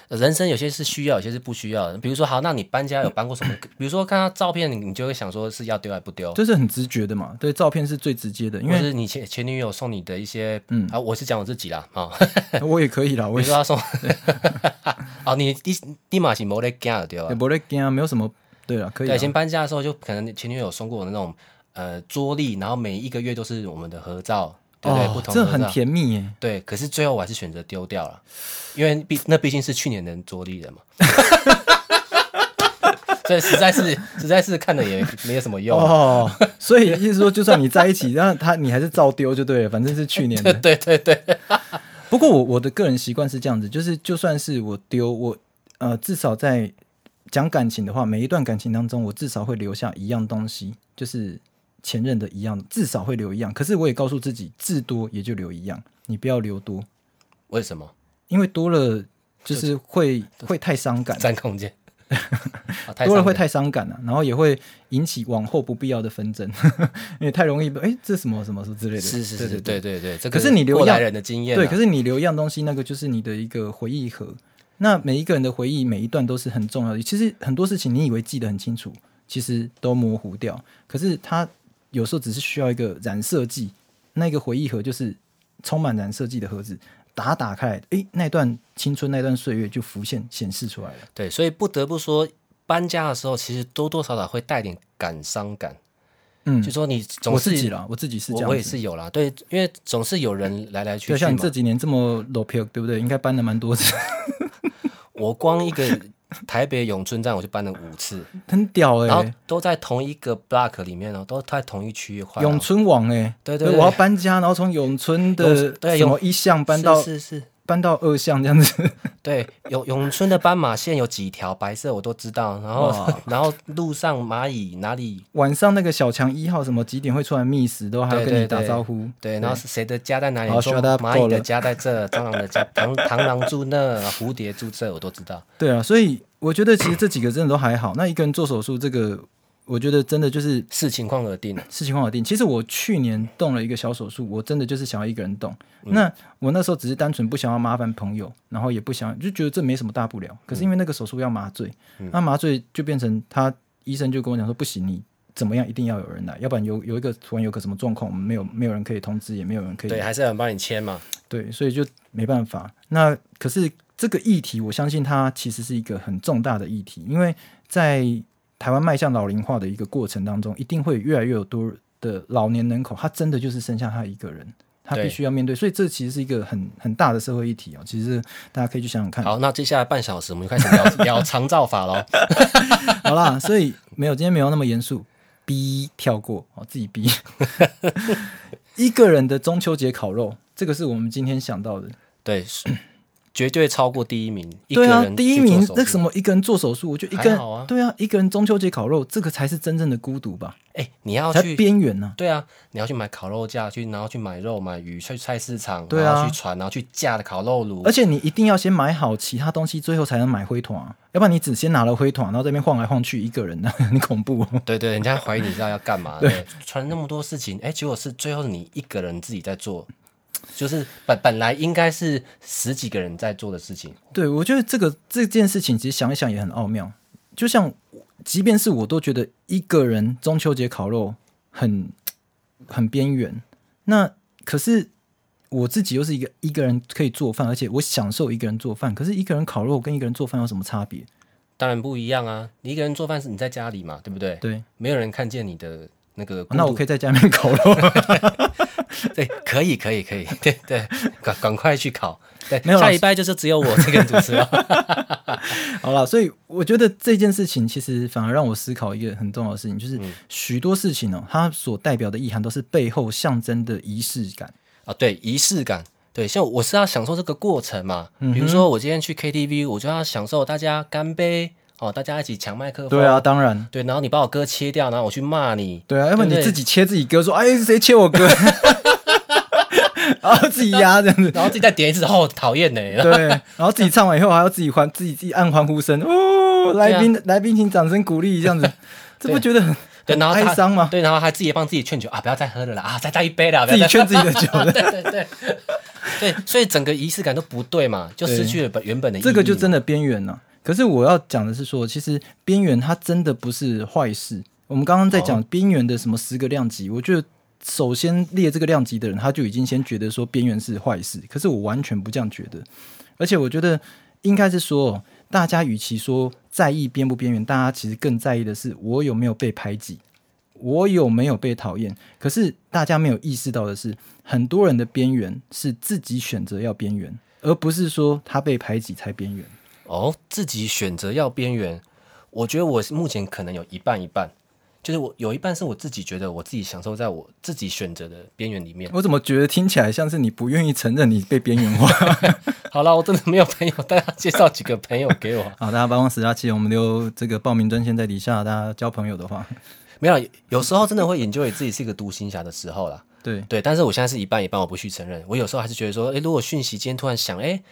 B: 人生有些是需要，有些是不需要的。比如说，好，那你搬家有搬过什么？ 比如说看到照片，你你就会想说是要丢还不丢，
A: 就是很直觉的嘛，对，照片是最直接的，因
B: 或
A: 为
B: 是你前前女友送你的一些，嗯啊，我是讲我自己啦， 啊、
A: 我也可以啦，
B: 比
A: 我
B: 如
A: 也
B: 说他送，哦，你你你嘛是没得惊的对吧
A: 也？不会惊啊，没有什么，对啊了，可以
B: 对，
A: 啦
B: 以，前搬家的时候就可能前女友有送过我的那种呃桌历，然后每一个月都是我们的合照，对不对？不
A: 哦，
B: 同
A: 这
B: 的合
A: 很
B: 照。
A: 甜蜜耶，
B: 对，可是最后我还是选择丢掉了，因为毕那毕竟是去年的桌历 了嘛，所以实在是实在是看的也没有什么用啊、
A: 哦，所以意思说，就算你在一起， 然后他你还是照丢就对了，反正是去年的，
B: 对对对，
A: 不过我我的个人习惯是这样子，就是就算是我丢我呃，至少在讲感情的话，每一段感情当中，我至少会留下一样东西，就是前任的一样，至少会留一样。可是我也告诉自己，至多也就留一样，你不要留多，
B: 为什么
A: 因为多了就是会会太伤感，
B: 占 空间？啊太
A: 多了会
B: 伤
A: 太伤感了、啊然后也会引起往后不必要的纷争， 因为太容易哎，这什么什么什么之类的，
B: 人是是
A: 对
B: 是，对对对，这
A: 可
B: 个
A: 是你留
B: 过来
A: 样
B: 人的经验啊、
A: 对，可是你留一样东西，那个就是你的一个回忆盒。那每一个人的回忆，每一段都是很重要的。其实很多事情你以为记得很清楚，其实都模糊掉。可是它有时候只是需要一个染色剂，那个回忆盒就是充满染色剂的盒子，打打开来，诶，那段青春那段岁月就浮现显示出来了。
B: 对，所以不得不说，搬家的时候其实多多少少会带点感伤感，
A: 嗯
B: 就，说你总
A: 我
B: 是
A: 自己啦，我自己是这
B: 我
A: 样
B: 我也
A: 子
B: 是有啦，对，因为总是有人来来去
A: 对，
B: 去
A: 像你
B: 嘛
A: 这。几年这么 low p i 对不对？应该搬了蛮多次。
B: 我光一个台北永春站我就搬了五 次，
A: 很屌哎、
B: 然后都在同一个 block 里面哦，都在同一区域块哦。
A: 永春网哎、
B: 对对对
A: 我要搬家，然后从永春的
B: 永对
A: 什么
B: 永
A: 一巷搬到
B: 是是是，
A: 搬到二巷这样子，
B: 对，永永春的斑马线有几条白色我都知道，然后 然后路上蚂蚁哪里
A: 晚上那个小强一号什么几点会出来觅食，都还要
B: 对
A: 跟你
B: 对
A: 打
B: 对
A: 招呼。
B: 对，然后是谁的家在哪里？
A: 好
B: 说
A: shut up，
B: 蚂蚁
A: 够
B: 的
A: 了
B: 家在 这，蟑螂的家，螳螳螂住那，蝴蝶住这，我都知道。
A: 对啊，所以我觉得其实这几个真的都还好。那一个人做手术，这个我觉得真的就是
B: 视情况而定。
A: 视情况而定。其实我去年动了一个小手术，我真的就是想要一个人动。那我那时候只是单纯不想要麻烦朋友，然后也不想就觉得这没什么大不了。可是因为那个手术要麻醉，那麻醉就变成他医生就跟我讲说，不行，你怎么样一定要有人来，要不然有有一个突然有个什么状况，我们没有没有人可以通知，也没有人可以
B: 对，还是有人帮你签嘛。
A: 对，所以就没办法。那可是这个议题，我相信它其实是一个很重大的议题，因为在台湾迈向老龄化的一个过程当中，一定会越来越有多的老年人口，他真的就是剩下他一个人，他
B: 对
A: 必须要面对。所以这其实是一个很很大的社会议题哦。其实大家可以去想想看。
B: 好，那接下来半小时我们就开始聊 聊长照法喽。
A: 好啦，所以没有今天没有那么严肃，逼跳过哦，自己逼。 一个人的中秋节烤肉，这个是我们今天想到的。
B: 对，是绝对超过第一名。一个
A: 对啊，
B: 人
A: 第一
B: 去做
A: 名
B: 手
A: 那
B: 术
A: 什么一个人做手术，我觉得一个
B: 还
A: 人
B: 好啊
A: 对啊，一个人中秋节烤肉，这个才是真正的孤独吧，
B: 哎，你要
A: 才
B: 去。
A: 边缘呢。
B: 对啊，你要去买烤肉架，去然后去买肉、买鱼，去菜市场，
A: 对啊
B: 然后去船，然后去架的烤肉炉
A: 而。且你一定要先买好其他东西，最后才能买灰团、啊，要不然你只先拿了灰团，然后在那边晃来晃去，一个人，那 很恐怖、哦。
B: 对对，人家怀疑你知道要干 嘛，对，传那么多事情，哎，结果是最后你一个人自己在做，就是本本来应该是十几个人在做的事情，
A: 对，我觉得这个这件事情其实想一想也很奥妙，就像即便是我都觉得一个人中秋节烤肉很很边缘，那可是我自己又是一个一个人可以做饭，而且我享受一个人做饭，可是一个人烤肉跟一个人做饭有什么差别？
B: 当然不一样啊。你一个人做饭是你在家里嘛，对不对？
A: 对，
B: 没有人看见你的那个孤独。
A: 那我可以在家里面烤 肉，
B: 对，可以可以可以， 对对，赶赶快去考。对，
A: 没有啦
B: 下礼拜就是只有我这个主 持了。
A: 好了，所以我觉得这件事情其实反而让我思考一个很重要的事情，就是许多事情哦，它所代表的意涵都是背后象征的仪式感。
B: 啊，对，仪式感。对，像我是要享受这个过程嘛，
A: 嗯
B: 比如说我今天去 KTV，我就要享受大家干杯哦，大家一起抢麦克风，
A: 对啊，当然。
B: 对，然后你把我歌切掉，然后我去骂你，
A: 对啊，要不然
B: 对
A: 你
B: 不对
A: 自己切自己歌，说哎谁切我歌， 然后自己压这样子，
B: 然后自己再点一次，哦，讨厌呢、欸。
A: 对，然后自己唱完以后还要自己欢自己自己按欢呼声，哦，来宾、来宾请掌声鼓励这样子，这不觉得很
B: 啊 对，然后
A: 很
B: 他
A: 哀伤吗？
B: 对，然后还自己帮自己劝酒啊，不要再喝了啦，啊，再再一杯啦，不
A: 自
B: 要
A: 己
B: 再。
A: 劝
B: 啊
A: 自己的酒的，
B: 对对对对，所以整个仪式感都不对嘛，就失去了本原本的意义嘛。
A: 这个就真的边缘了。可是我要讲的是说，其实边缘它真的不是坏事。我们刚刚在
B: 哦
A: 讲边缘的什么十个量级，我觉得首先列这个量级的人，他就已经先觉得说边缘是坏事。可是我完全不这样觉得，而且我觉得应该是说，大家与其说在意边不边缘，大家其实更在意的是我有没有被排挤。我有没有被讨厌？可是大家没有意识到的是，很多人的边缘是自己选择要边缘，而不是说他被排挤才边缘。
B: 哦，自己选择要边缘，我觉得我是目前可能有一半一半，就是我有一半是我自己觉得我自己享受在我自己选择的边缘里面。
A: 我怎么觉得听起来像是你不愿意承认你被边缘 化？
B: 好了，我真的没有朋友，大家介绍几个朋友给我。
A: 好，大家帮忙十加七，我们留这个报名专线在底下，大家交朋友的话，
B: 没有，有时候真的会研究你自己是一个独行侠的时候啦。
A: 对，
B: 对，但是我现在是一半一半，我不去承认。我有时候还是觉得说，诶，如果讯息今天突然响，诶，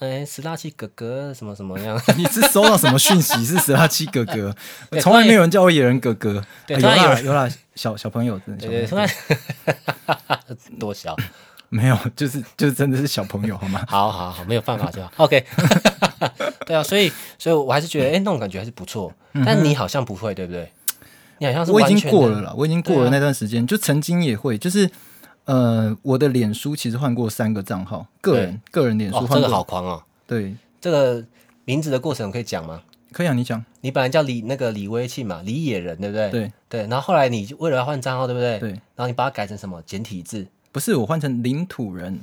B: 诶，史拉奇哥哥什么什 么样，
A: 你是收到什么讯息？是十加七哥哥，
B: 对
A: 从来没有人叫我野人哥哥，
B: 对
A: 啊
B: 突然
A: 有
B: 有
A: 啦
B: 人
A: 有啦，小小朋友真的小
B: 对
A: 朋
B: 对，
A: 友
B: 突然 多小，
A: 没有，就是就是真的是小朋友好吗？
B: 好好好，没有办法就好。OK，对啊，所以所以我还是觉得，诶，那种感觉还是不错。但你好像不会，对不对？你好像是
A: 嗯我已
B: 完
A: 经
B: 全
A: 过
B: 的啊
A: 了啦，我已经过了那段时间，就曾经也会，就是呃，我的脸书其实换过三个账号，个人个人脸书
B: 哦，
A: 换
B: 这
A: 过，
B: 个好狂哦，
A: 对，
B: 这个名字的过程可以讲吗？
A: 可以啊，你讲，
B: 你本来叫李那个李威庆嘛，李野人，对不对？
A: 对
B: 对，然后后来你为了要换账号，对不对？
A: 对
B: 然后你把它改成什么简体字？
A: 不是我换成领土人，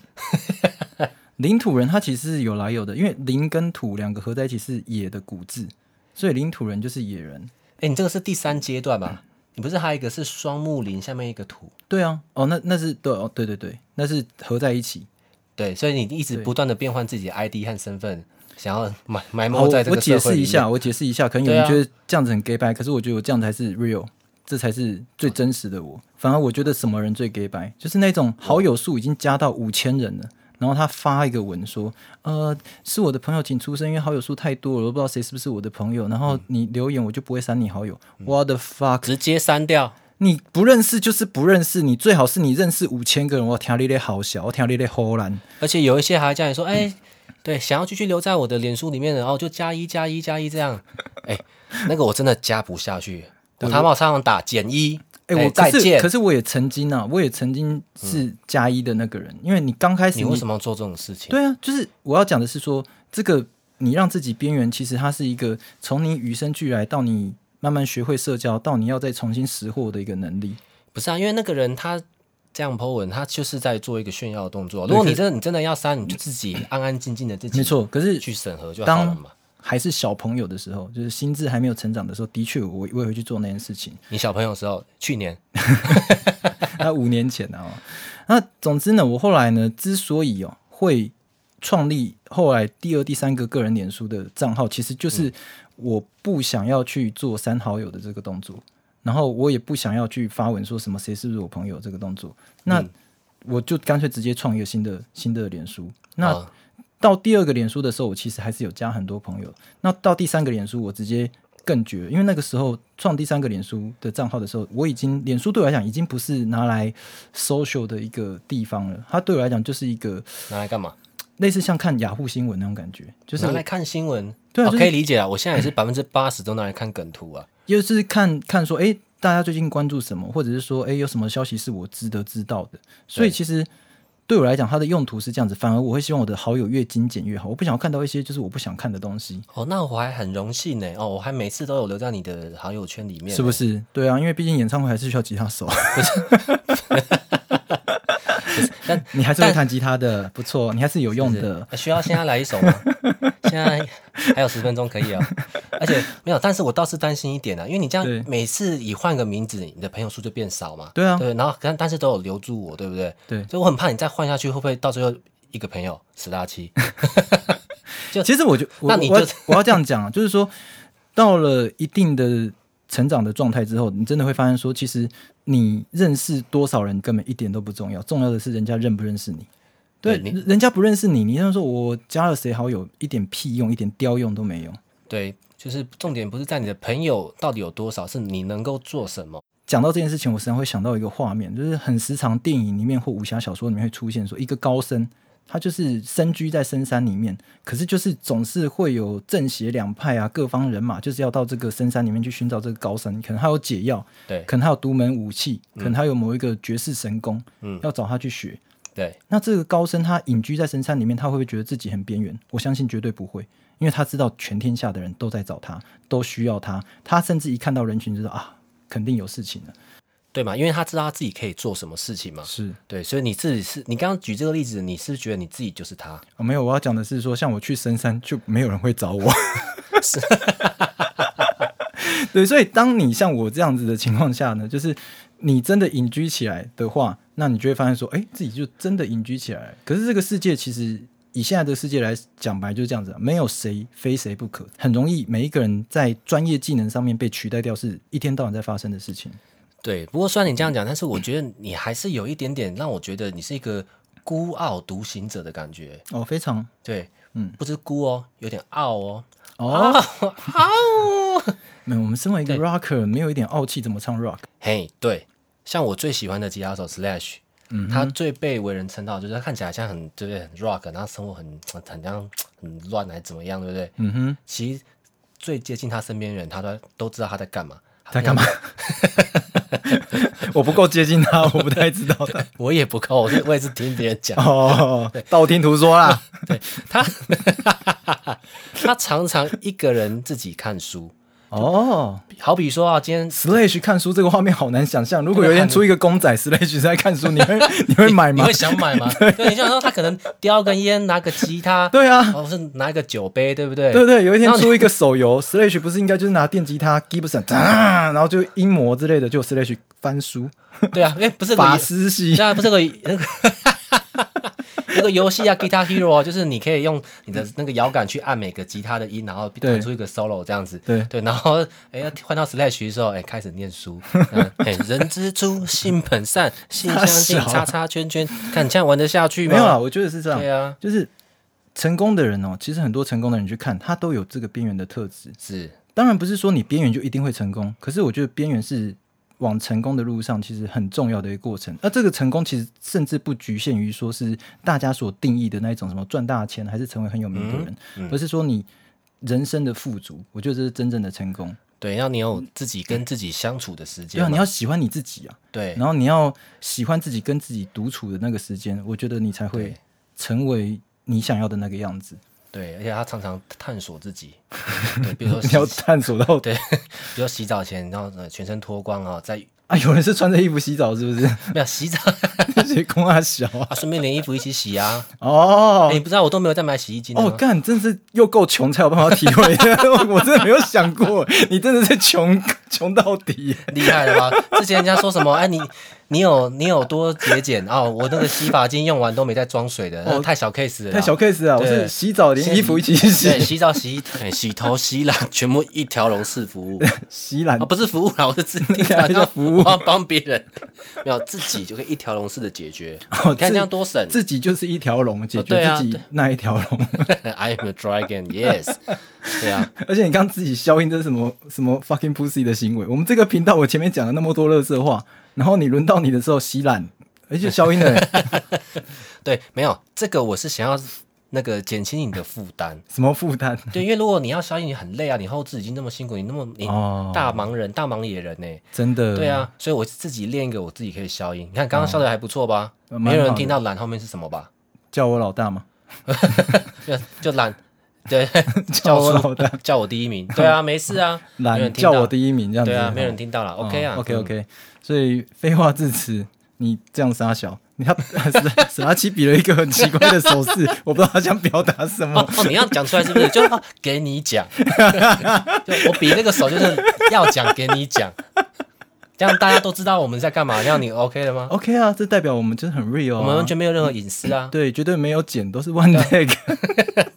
A: 领土人他其实是有来由的，因为林跟土两个合在一起是野的古字，所以领土人就是野人。
B: 哎，你这个是第三阶段吧？你不是还有一个是双木林下面一个土？
A: 对啊，哦，那那是对哦，对对对，那是合在一起。
B: 对，所以你一直不断的变换自己的 ID 和身份，想要埋埋
A: 好，
B: 没
A: 我
B: 在这
A: 我
B: 个社
A: 解
B: 会里
A: 释
B: 面
A: 一下，我解释一下，可能有
B: 对
A: 人
B: 啊
A: 觉得这样子很 gay 白，可是我觉得我这样才是 real，这才是最真实的我。反而我觉得什么人最 gay 白，就是那种好友数已经加到五千人了。然后他发一个文说，呃，是我的朋友请出声，因为好友数太多了，我都不知道谁是不是我的朋友。然后你留言，我就不会删你好友。What
B: 嗯
A: the fuck！
B: 直接删掉。
A: 你不认识就是不认识，你最好是你认识五千个人，我听你咧好小，我听你咧好烂。
B: 而且有一些还叫你说，哎、对，想要继续留在我的脸书里面的，然后就加一加一加一这样。 哎、那个我真的加不下去，我他妈上网打减一，
A: 哎、
B: 哎
A: 我
B: 再
A: 可是
B: 见
A: 可。是我也曾经啊，我也曾经是加一的那个人，因为你刚开始
B: 嗯你为什么要做这种事情？
A: 对啊，就是我要讲的是说，这个你让自己边缘，其实它是一个从你与生俱来到你慢慢学会社交，到你要再重新识货的一个能力。
B: 不是啊，因为那个人他这样 po 文，他就是在做一个炫耀的动作。如果你真的你真的要删，你就自己安安静静的自己
A: 没错，可是
B: 去审核就好了嘛。
A: 还是小朋友的时候，就是心智还没有成长的时候，的确我我也会去做那件事情。
B: 你小朋友的时候，去年
A: 那五年前啊、哦，那总之呢，我后来呢，之所以哦会创立后来第二、第三个个人脸书的账号，其实就是我不想要去做删好友的这个动作，然后我也不想要去发文说什么谁是不是我朋友这个动作，那我就干脆直接创一个新的新的脸书。那
B: 啊
A: 到第二个脸书的时候，我其实还是有加很多朋友。那到第三个脸书，我直接更绝，因为那个时候创第三个脸书的账号的时候，我已经脸书对我来讲已经不是拿来 social 的一个地方了，它对我来讲就是一个
B: 拿来干嘛？
A: 类似像看雅虎新闻那种感觉，就是
B: 拿来看新闻。
A: 对啊
B: 哦
A: 就是
B: 可以理解啊。我现在也是百分之八十都拿来看梗图啊。
A: 就是看看说，诶，大家最近关注什么，或者是说，哎诶，有什么消息是我值得知道的。所以其实对我来讲，它的用途是这样子，反而我会希望我的好友越精简越好，我不想要看到一些就是我不想看的东西，
B: 哦，那我还很荣幸呢。哦，我还每次都有留在你的好友圈里面呢，
A: 是不是？对啊，因为毕竟演唱会还是需要吉他手，
B: 但
A: 你还是会弹吉他的，不错，你还是有用的。
B: 呃需要现在来一 首吗？现在还有十分钟可以哦。而且没有，但是我倒是担心一点啊，因为你这
A: 对
B: 样每次你换个名字，你的朋友数就变少嘛。
A: 对啊
B: 对，然后但但是都有留住我，对不对？
A: 对
B: 所以我很怕你再换下去，会不会到最后一个朋友死 大七？
A: 其实我就我
B: 那你
A: 我要
B: 就
A: 我要这样讲啊，就是说到了一定的成长的状态之后，你真的会发现说，其实你认识多少人根本一点都不重要，重要的是人家认不认识你。对，
B: 对
A: 人家不认识你，你这样说我加了谁好友，一点屁用，一点雕用都没有。
B: 对，就是重点不是在你的朋友到底有多少，是你能够做什么。
A: 讲到这件事情，我时常会想到一个画面，就是很时常电影里面或武侠小说里面会出现说，一个高僧，他就是身居在深山里面，可是就是总是会有正邪两派啊，各方人马就是要到这个深山里面去寻找这个高僧，可能他有解药，
B: 对
A: 可能他有独门武器，可能他有某一个绝世神功，嗯，要找他去学。
B: 对，
A: 那这个高僧他隐居在深山里面，他会不会觉得自己很边缘？我相信绝对不会，因为他知道全天下的人都在找他，都需要他，他甚至一看到人群就知道啊，肯定有事情了。
B: 对嘛，因为他知道他自己可以做什么事情嘛。
A: 是。
B: 对，所以你自己是你刚刚举这个例子，你是不是觉得你自己就是他？
A: 哦、没有，我要讲的是说，像我去深山，就没有人会找 我。对，所以当你像我这样子的情况下呢，就是你真的隐居起来的话，那你就会发现说，哎，自己就真的隐居起来了。可是这个世界其实以现在的世界来讲，白就是这样子啊，没有谁非谁不可，很容易每一个人在专业技能上面被取代掉，是一天到晚在发生的事情。
B: 对，不过虽然你
A: 嗯
B: 这样讲，但是我觉得你还是有一点点让我觉得你是一个孤傲独行者的感觉。
A: 哦，非常
B: 对，
A: 嗯，
B: 不是孤哦，有点傲哦，
A: 哦，
B: 傲哦。
A: 没有，我们身为一个 rocker，没有一点傲气，怎么唱 rock？
B: 嘿、对，像我最喜欢的吉他手 Slash，嗯，他最被为人称道就是他看起来像很对不对，很 rock，然后生活很很像很乱还是怎么样，对不对？
A: 嗯哼，
B: 其实最接近他身边的人，他都都知道他在干嘛。
A: 在干嘛？ 我不够接近他，我不太知道他。
B: 我也不够，我是我也是听别人讲。
A: 哦，道听途说啦。
B: 对他，他常常一个人自己看书，
A: 哦
B: 好比说啊，今天
A: ，Slash 看书这个画面好难想象。如果有一天出一个公仔 Slash 在看书，你会啊 你会买
B: 你
A: 吗
B: 会？想买 吗？对，你想说他可能叼根烟，拿个吉他，
A: 对啊，
B: 哦，是拿一个酒杯，对不对？
A: 对对，有一天
B: 然后你
A: 出一个手游 Slash 不是应该就是拿电吉他 Gibson，啊然后就音魔之类的，就 Slash 翻书
B: 对啊，因为不是有个
A: 法师系
B: 现在不是有个那个 那个游戏啊，Guitar Hero 啊，就是你可以用你的那个摇杆去按每个吉他的音，然后
A: 对
B: 弹出一个 solo 这样子。
A: 对
B: 对，然后哎，要换到 Slash 的时候，哎，开始念 书。嗯哎，人之初，性本善，性 相近
A: 傻，小
B: 叉叉圈圈。看你这样玩得下去吗？
A: 没有啦，我觉得是这样
B: 对，啊，
A: 就是成功的人哦，其实很多成功的人去看，他都有这个边缘的特质。
B: 是
A: 当然不是说你边缘就一定会成功，可是我觉得边缘是往成功的路上其实很重要的一个过程。那这个成功其实甚至不局限于说是大家所定义的那一种什么赚大钱还是成为很有名的人，
B: 嗯
A: 而是说你人生的富足，我觉得这是真正的成功。
B: 对，要你有自己跟自己相处的时
A: 对啊，
B: 间
A: 你
B: 嘛。
A: 要喜欢你自己啊，
B: 对
A: 然后你要喜欢自己跟自己独处的那个时间，我觉得你才会
B: 对
A: 成为你想要的那个样子。
B: 对，而且他常常探索自 己，对，比如说
A: 你
B: 洗
A: 要，探索到
B: 对，比如洗澡前，然后呃全身脱光啊，在
A: 啊，有人是穿着衣服洗澡是不 是？
B: 没有洗澡。
A: 那些公阿小啊，
B: 啊，顺便连衣服一起洗啊！
A: 哦
B: 哎、你不知道我都没有在买洗衣精的啊
A: 哦，
B: 吗？
A: 干，真是又够穷才有办法体会， 我真的没有想过，你真的是穷穷到底。
B: 厉害了吧？之前人家说什么？哎、你你有你有多节俭啊？我那个洗发精用完都没再装水的，那太小 case 了啦。
A: 哦太小 case 啊！我是
B: 对
A: 洗澡连
B: 先
A: 衣服一起
B: 对，
A: 洗，
B: 洗澡、洗衣、哎洗头、洗懒，全部一条龙式服务
A: 洗懒
B: 啊，不是服务啦，我是自己
A: 还叫啊服务
B: 我要帮别人，没有自己就可以一条龙式的解决。你
A: 哦
B: 看
A: 自
B: 这样多省。
A: 自己就是一条龙，解
B: 哦对
A: 决
B: 啊
A: 自己
B: 对
A: 那一条龙。
B: I am a dragon, yes。对 啊，
A: 而且你刚刚自己消音，这是什么什么 fucking pussy 的行为？我们这个频道我前面讲了那么多乐色话，然后你轮到你的时候洗懒，而且消音的
B: 对，没有这个我是想要那个减轻你的负担。
A: 什么负担？
B: 对，因为如果你要消音，你很累啊，你后置已经那么辛苦，你那么你
A: 哦
B: 大忙人、大忙野人呢、
A: 真的，
B: 对，啊，所以我自己练一个我自己可以消音。你看刚刚消的还不错吧？
A: 呃蛮
B: 没有
A: 好
B: 人
A: 的
B: 听到懒后面是什么吧？
A: 叫我老大嘛，
B: 就就懒， 对，
A: 叫我老大，
B: 叫我第一名。对啊，没事啊，没有
A: 懒
B: 人听
A: 叫
B: 到
A: 我第一名这样子。哦
B: 对啊，没有人听到了、o k 啊、
A: ，OK OK，所以废话至此，你这样傻小，你他史拉奇比了一个很奇怪的手势，我不知道他想表达什
B: 哦
A: 么。
B: 哦，你要讲出来 是不是？就哦给你讲， 就我比那个手就是要讲给你讲，这样大家都知道我们在干嘛，这样你 OK 了吗？
A: OK 啊，这代表我们就是很 real 啊，
B: 我们完全没有任何隐私啊。
A: 对，绝对没有剪，都是 one take。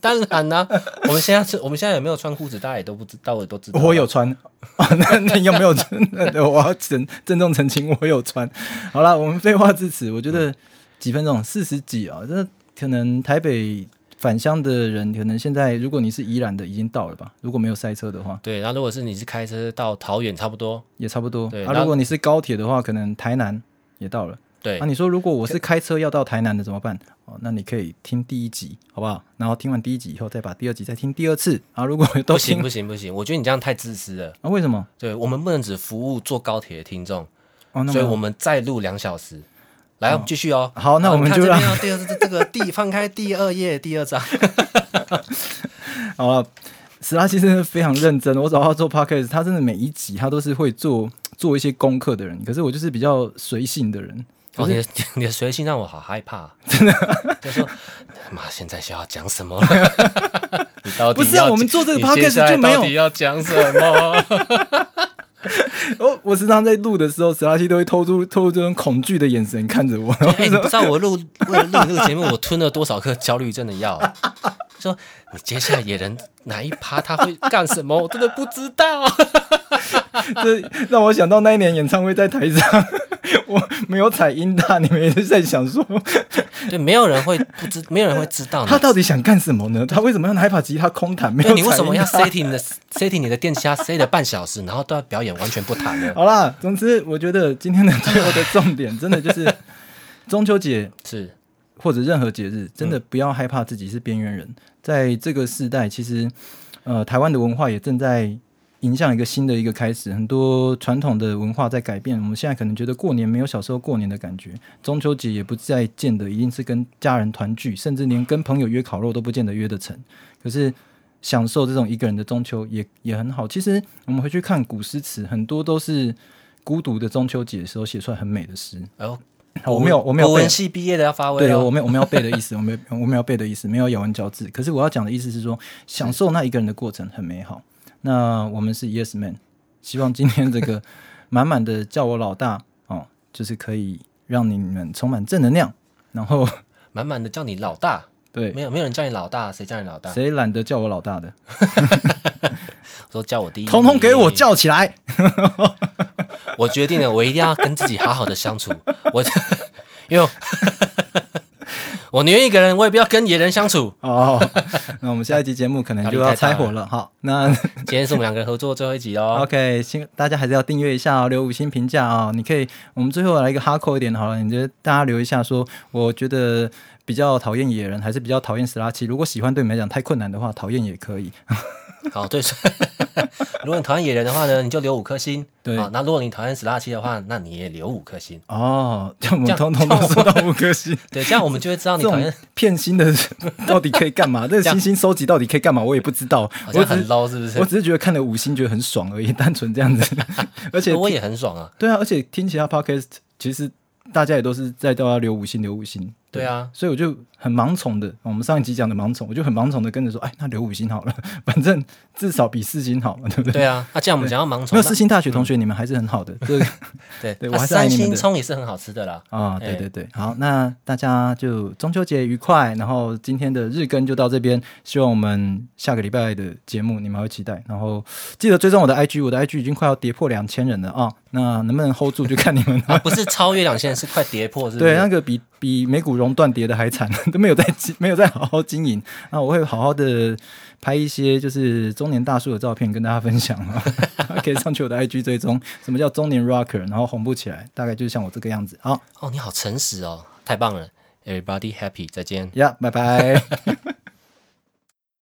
B: 当然啦、我们现在是，我们现在有没有穿裤子，大家也都不知道，我也都知道。
A: 我有穿，哦、那那有没有穿？那我要郑郑重澄清，我有穿。好了，我们废话至此，我觉得几分钟，四十几啊，这可能台北返乡的人，可能现在如果你是宜兰的，已经到了吧？如果没有塞车的话，
B: 对，然后如果是你是开车到桃园，差不多。
A: 也差不多。
B: 对
A: 啊，
B: 然后
A: 如果你是高铁的话，可能台南也到了。
B: 对，
A: 啊，你说如果我是开车要到台南的怎么办？哦，那你可以听第一集，好不好？然后听完第一集以后，再把第二集再听第二次。啊，如果都
B: 不行
A: 听
B: 不行不行，我觉得你这样太自私了。
A: 啊，为什么？
B: 对我们不能只服务坐高铁的听众，
A: 哦，那
B: 所以
A: 么
B: 我们再录两小时。来，我们继续哦。
A: 好那
B: 啊
A: 我们
B: 你看
A: 就
B: 这
A: 让
B: 边哦第二这这个第翻开第二页第二章。
A: 好了，史拉西真的非常认真。我找他做 podcast，他真的每一集他都是会做做一些功课的人。可是我就是比较随性的人，
B: 哦，你的 你的随性让我好害怕，真的。 就说妈，现在需要讲什么？ 你到底
A: 不是啊
B: 要
A: 我们做这个
B: 你接
A: podcast
B: 下来
A: 就没有
B: 到底要讲 什么？
A: 哦，我时常在录的时候，史拉西都会透出透露这种恐惧的眼神看着我。然后
B: 哎、你不知道我录为了录你这个节目，我吞了多少颗焦虑症的药、 说你接下来野人哪一趴他会干什么，我真的不知道。
A: 这让我想到那一年演唱会在台上， 我没有踩音大，你们也是在想说
B: 哦对，没有人会不知，没有人会知道
A: 他
B: 你。
A: 到底想干什么呢？他为什么要拿一把吉他空弹？没有
B: 哎对，你为
A: 踩
B: 什么
A: 音
B: 要
A: 大
B: setting 你的 setting 你的电吉他 set 了半小时，然后都要表演完全不弹呢？
A: 好啦，总之我觉得今天的最后的重点，真的就是中秋节
B: 是
A: 或者任何节日，真
B: 嗯
A: 的不要害怕自己是边缘人。在这个时代，其实呃，台湾的文化也正在迎向一个新的一个开始，很多传统的文化在改变。我们现在可能觉得过年没有小时候过年的感觉，中秋节也不再见得一定是跟家人团聚，甚至连跟朋友约烤肉都不见得约得成。可是享受这种一个人的中秋也也很好。其实我们回去看古诗词，很多都是孤独的中秋节的时候写出来很美的诗。
B: 哎呦，
A: 好我没有，我没有
B: 国
A: 背
B: 文，系毕业的要发威
A: 对
B: 了
A: 我。没有，我没有背的意思，我没有， 我没有背的意思，没有咬文嚼字。可是我要讲的意思是说，享受那一个人的过程很美好。那我们是 Yes Man，希望今天这 个满满的叫我老大哦，就是可以让你们充满正能量。然后
B: 满满的叫你老大，
A: 对，
B: 没有没有人叫你老大，谁叫你老大？
A: 谁懒得叫我老大的，
B: 我说叫我第一，
A: 统统给我！叫起来。
B: 我决定了，我一定要跟自己好好的相处。我因为我我宁愿一个人，我也不要跟野人相处。
A: 哦，那我们下一集节目可能就要拆火了。好，那
B: 今天是我们两个人合作最后一集哦。
A: OK，新大家还是要订阅一下哦，留五星评价哦。你可以，我们最后来一个哈扣一点的好了，你觉得大家留一下说，我觉得比较讨厌野人，还是比较讨厌史拉奇。如果喜欢对你们来讲太困难的话，讨厌也可 以。
B: 好，对，所以如果你讨厌野人的话呢，你就留五颗星。
A: 对
B: 好，那如果你讨厌史拉奇的话，那你也留五颗星。
A: 哦，这样我
B: 这
A: 们
B: 样
A: 通通都收到五颗星。
B: 对，这样我们就会知道
A: 这
B: 你讨
A: 种
B: 厌，
A: 骗星的到底可以干 嘛？这个
B: 这样
A: 星星收集到底可以干嘛？我也不知道。
B: 好
A: 我
B: 像
A: 只
B: 很
A: 是
B: low 是不是？
A: 我只是觉得看了五星觉得很爽而已，单纯这样 子。而且
B: 我也很爽啊。
A: 对啊，而且听其他 podcast，其实大家也都是在叫他留五星，留五星。
B: 对啊，
A: 所以我就很盲从的，我们上一集讲的盲从，我就很盲从的跟着说，哎，那留五星好了， 反正至少比四星好嘛，对不对？
B: 对啊，那、这嗯样我们讲到盲
A: 没
B: 从
A: 有，四星大学同学，你们还是很好的， 这个
B: 对，
A: 对
B: 那
A: 我还是爱
B: 三
A: 你们的
B: 星葱也是很好吃的啦。
A: 啊，对
B: 哎
A: 对对，好，那大家就中秋节愉快，然后今天的日更就到这边，希望我们下个礼拜的节目你们还会期待，然后记得追踪我的 IG，我的 IG 已经快要跌破两千人了啊、那能不能 hold 住就看你们了。
B: 啊，不是超越两线，是快跌破，是不是？
A: 对，那个比比美股熔断跌的还惨， 都没有在经没有在好好经营。那我会好好的拍一些就是中年大叔的照片跟大家分享啊，可以上去我的 IG 追踪，什么叫中年 rocker，然后红不起来，大概就是像我这个样子。好
B: 哦，你好诚实哦，太棒了，Everybody happy，再见。
A: 呀，拜拜。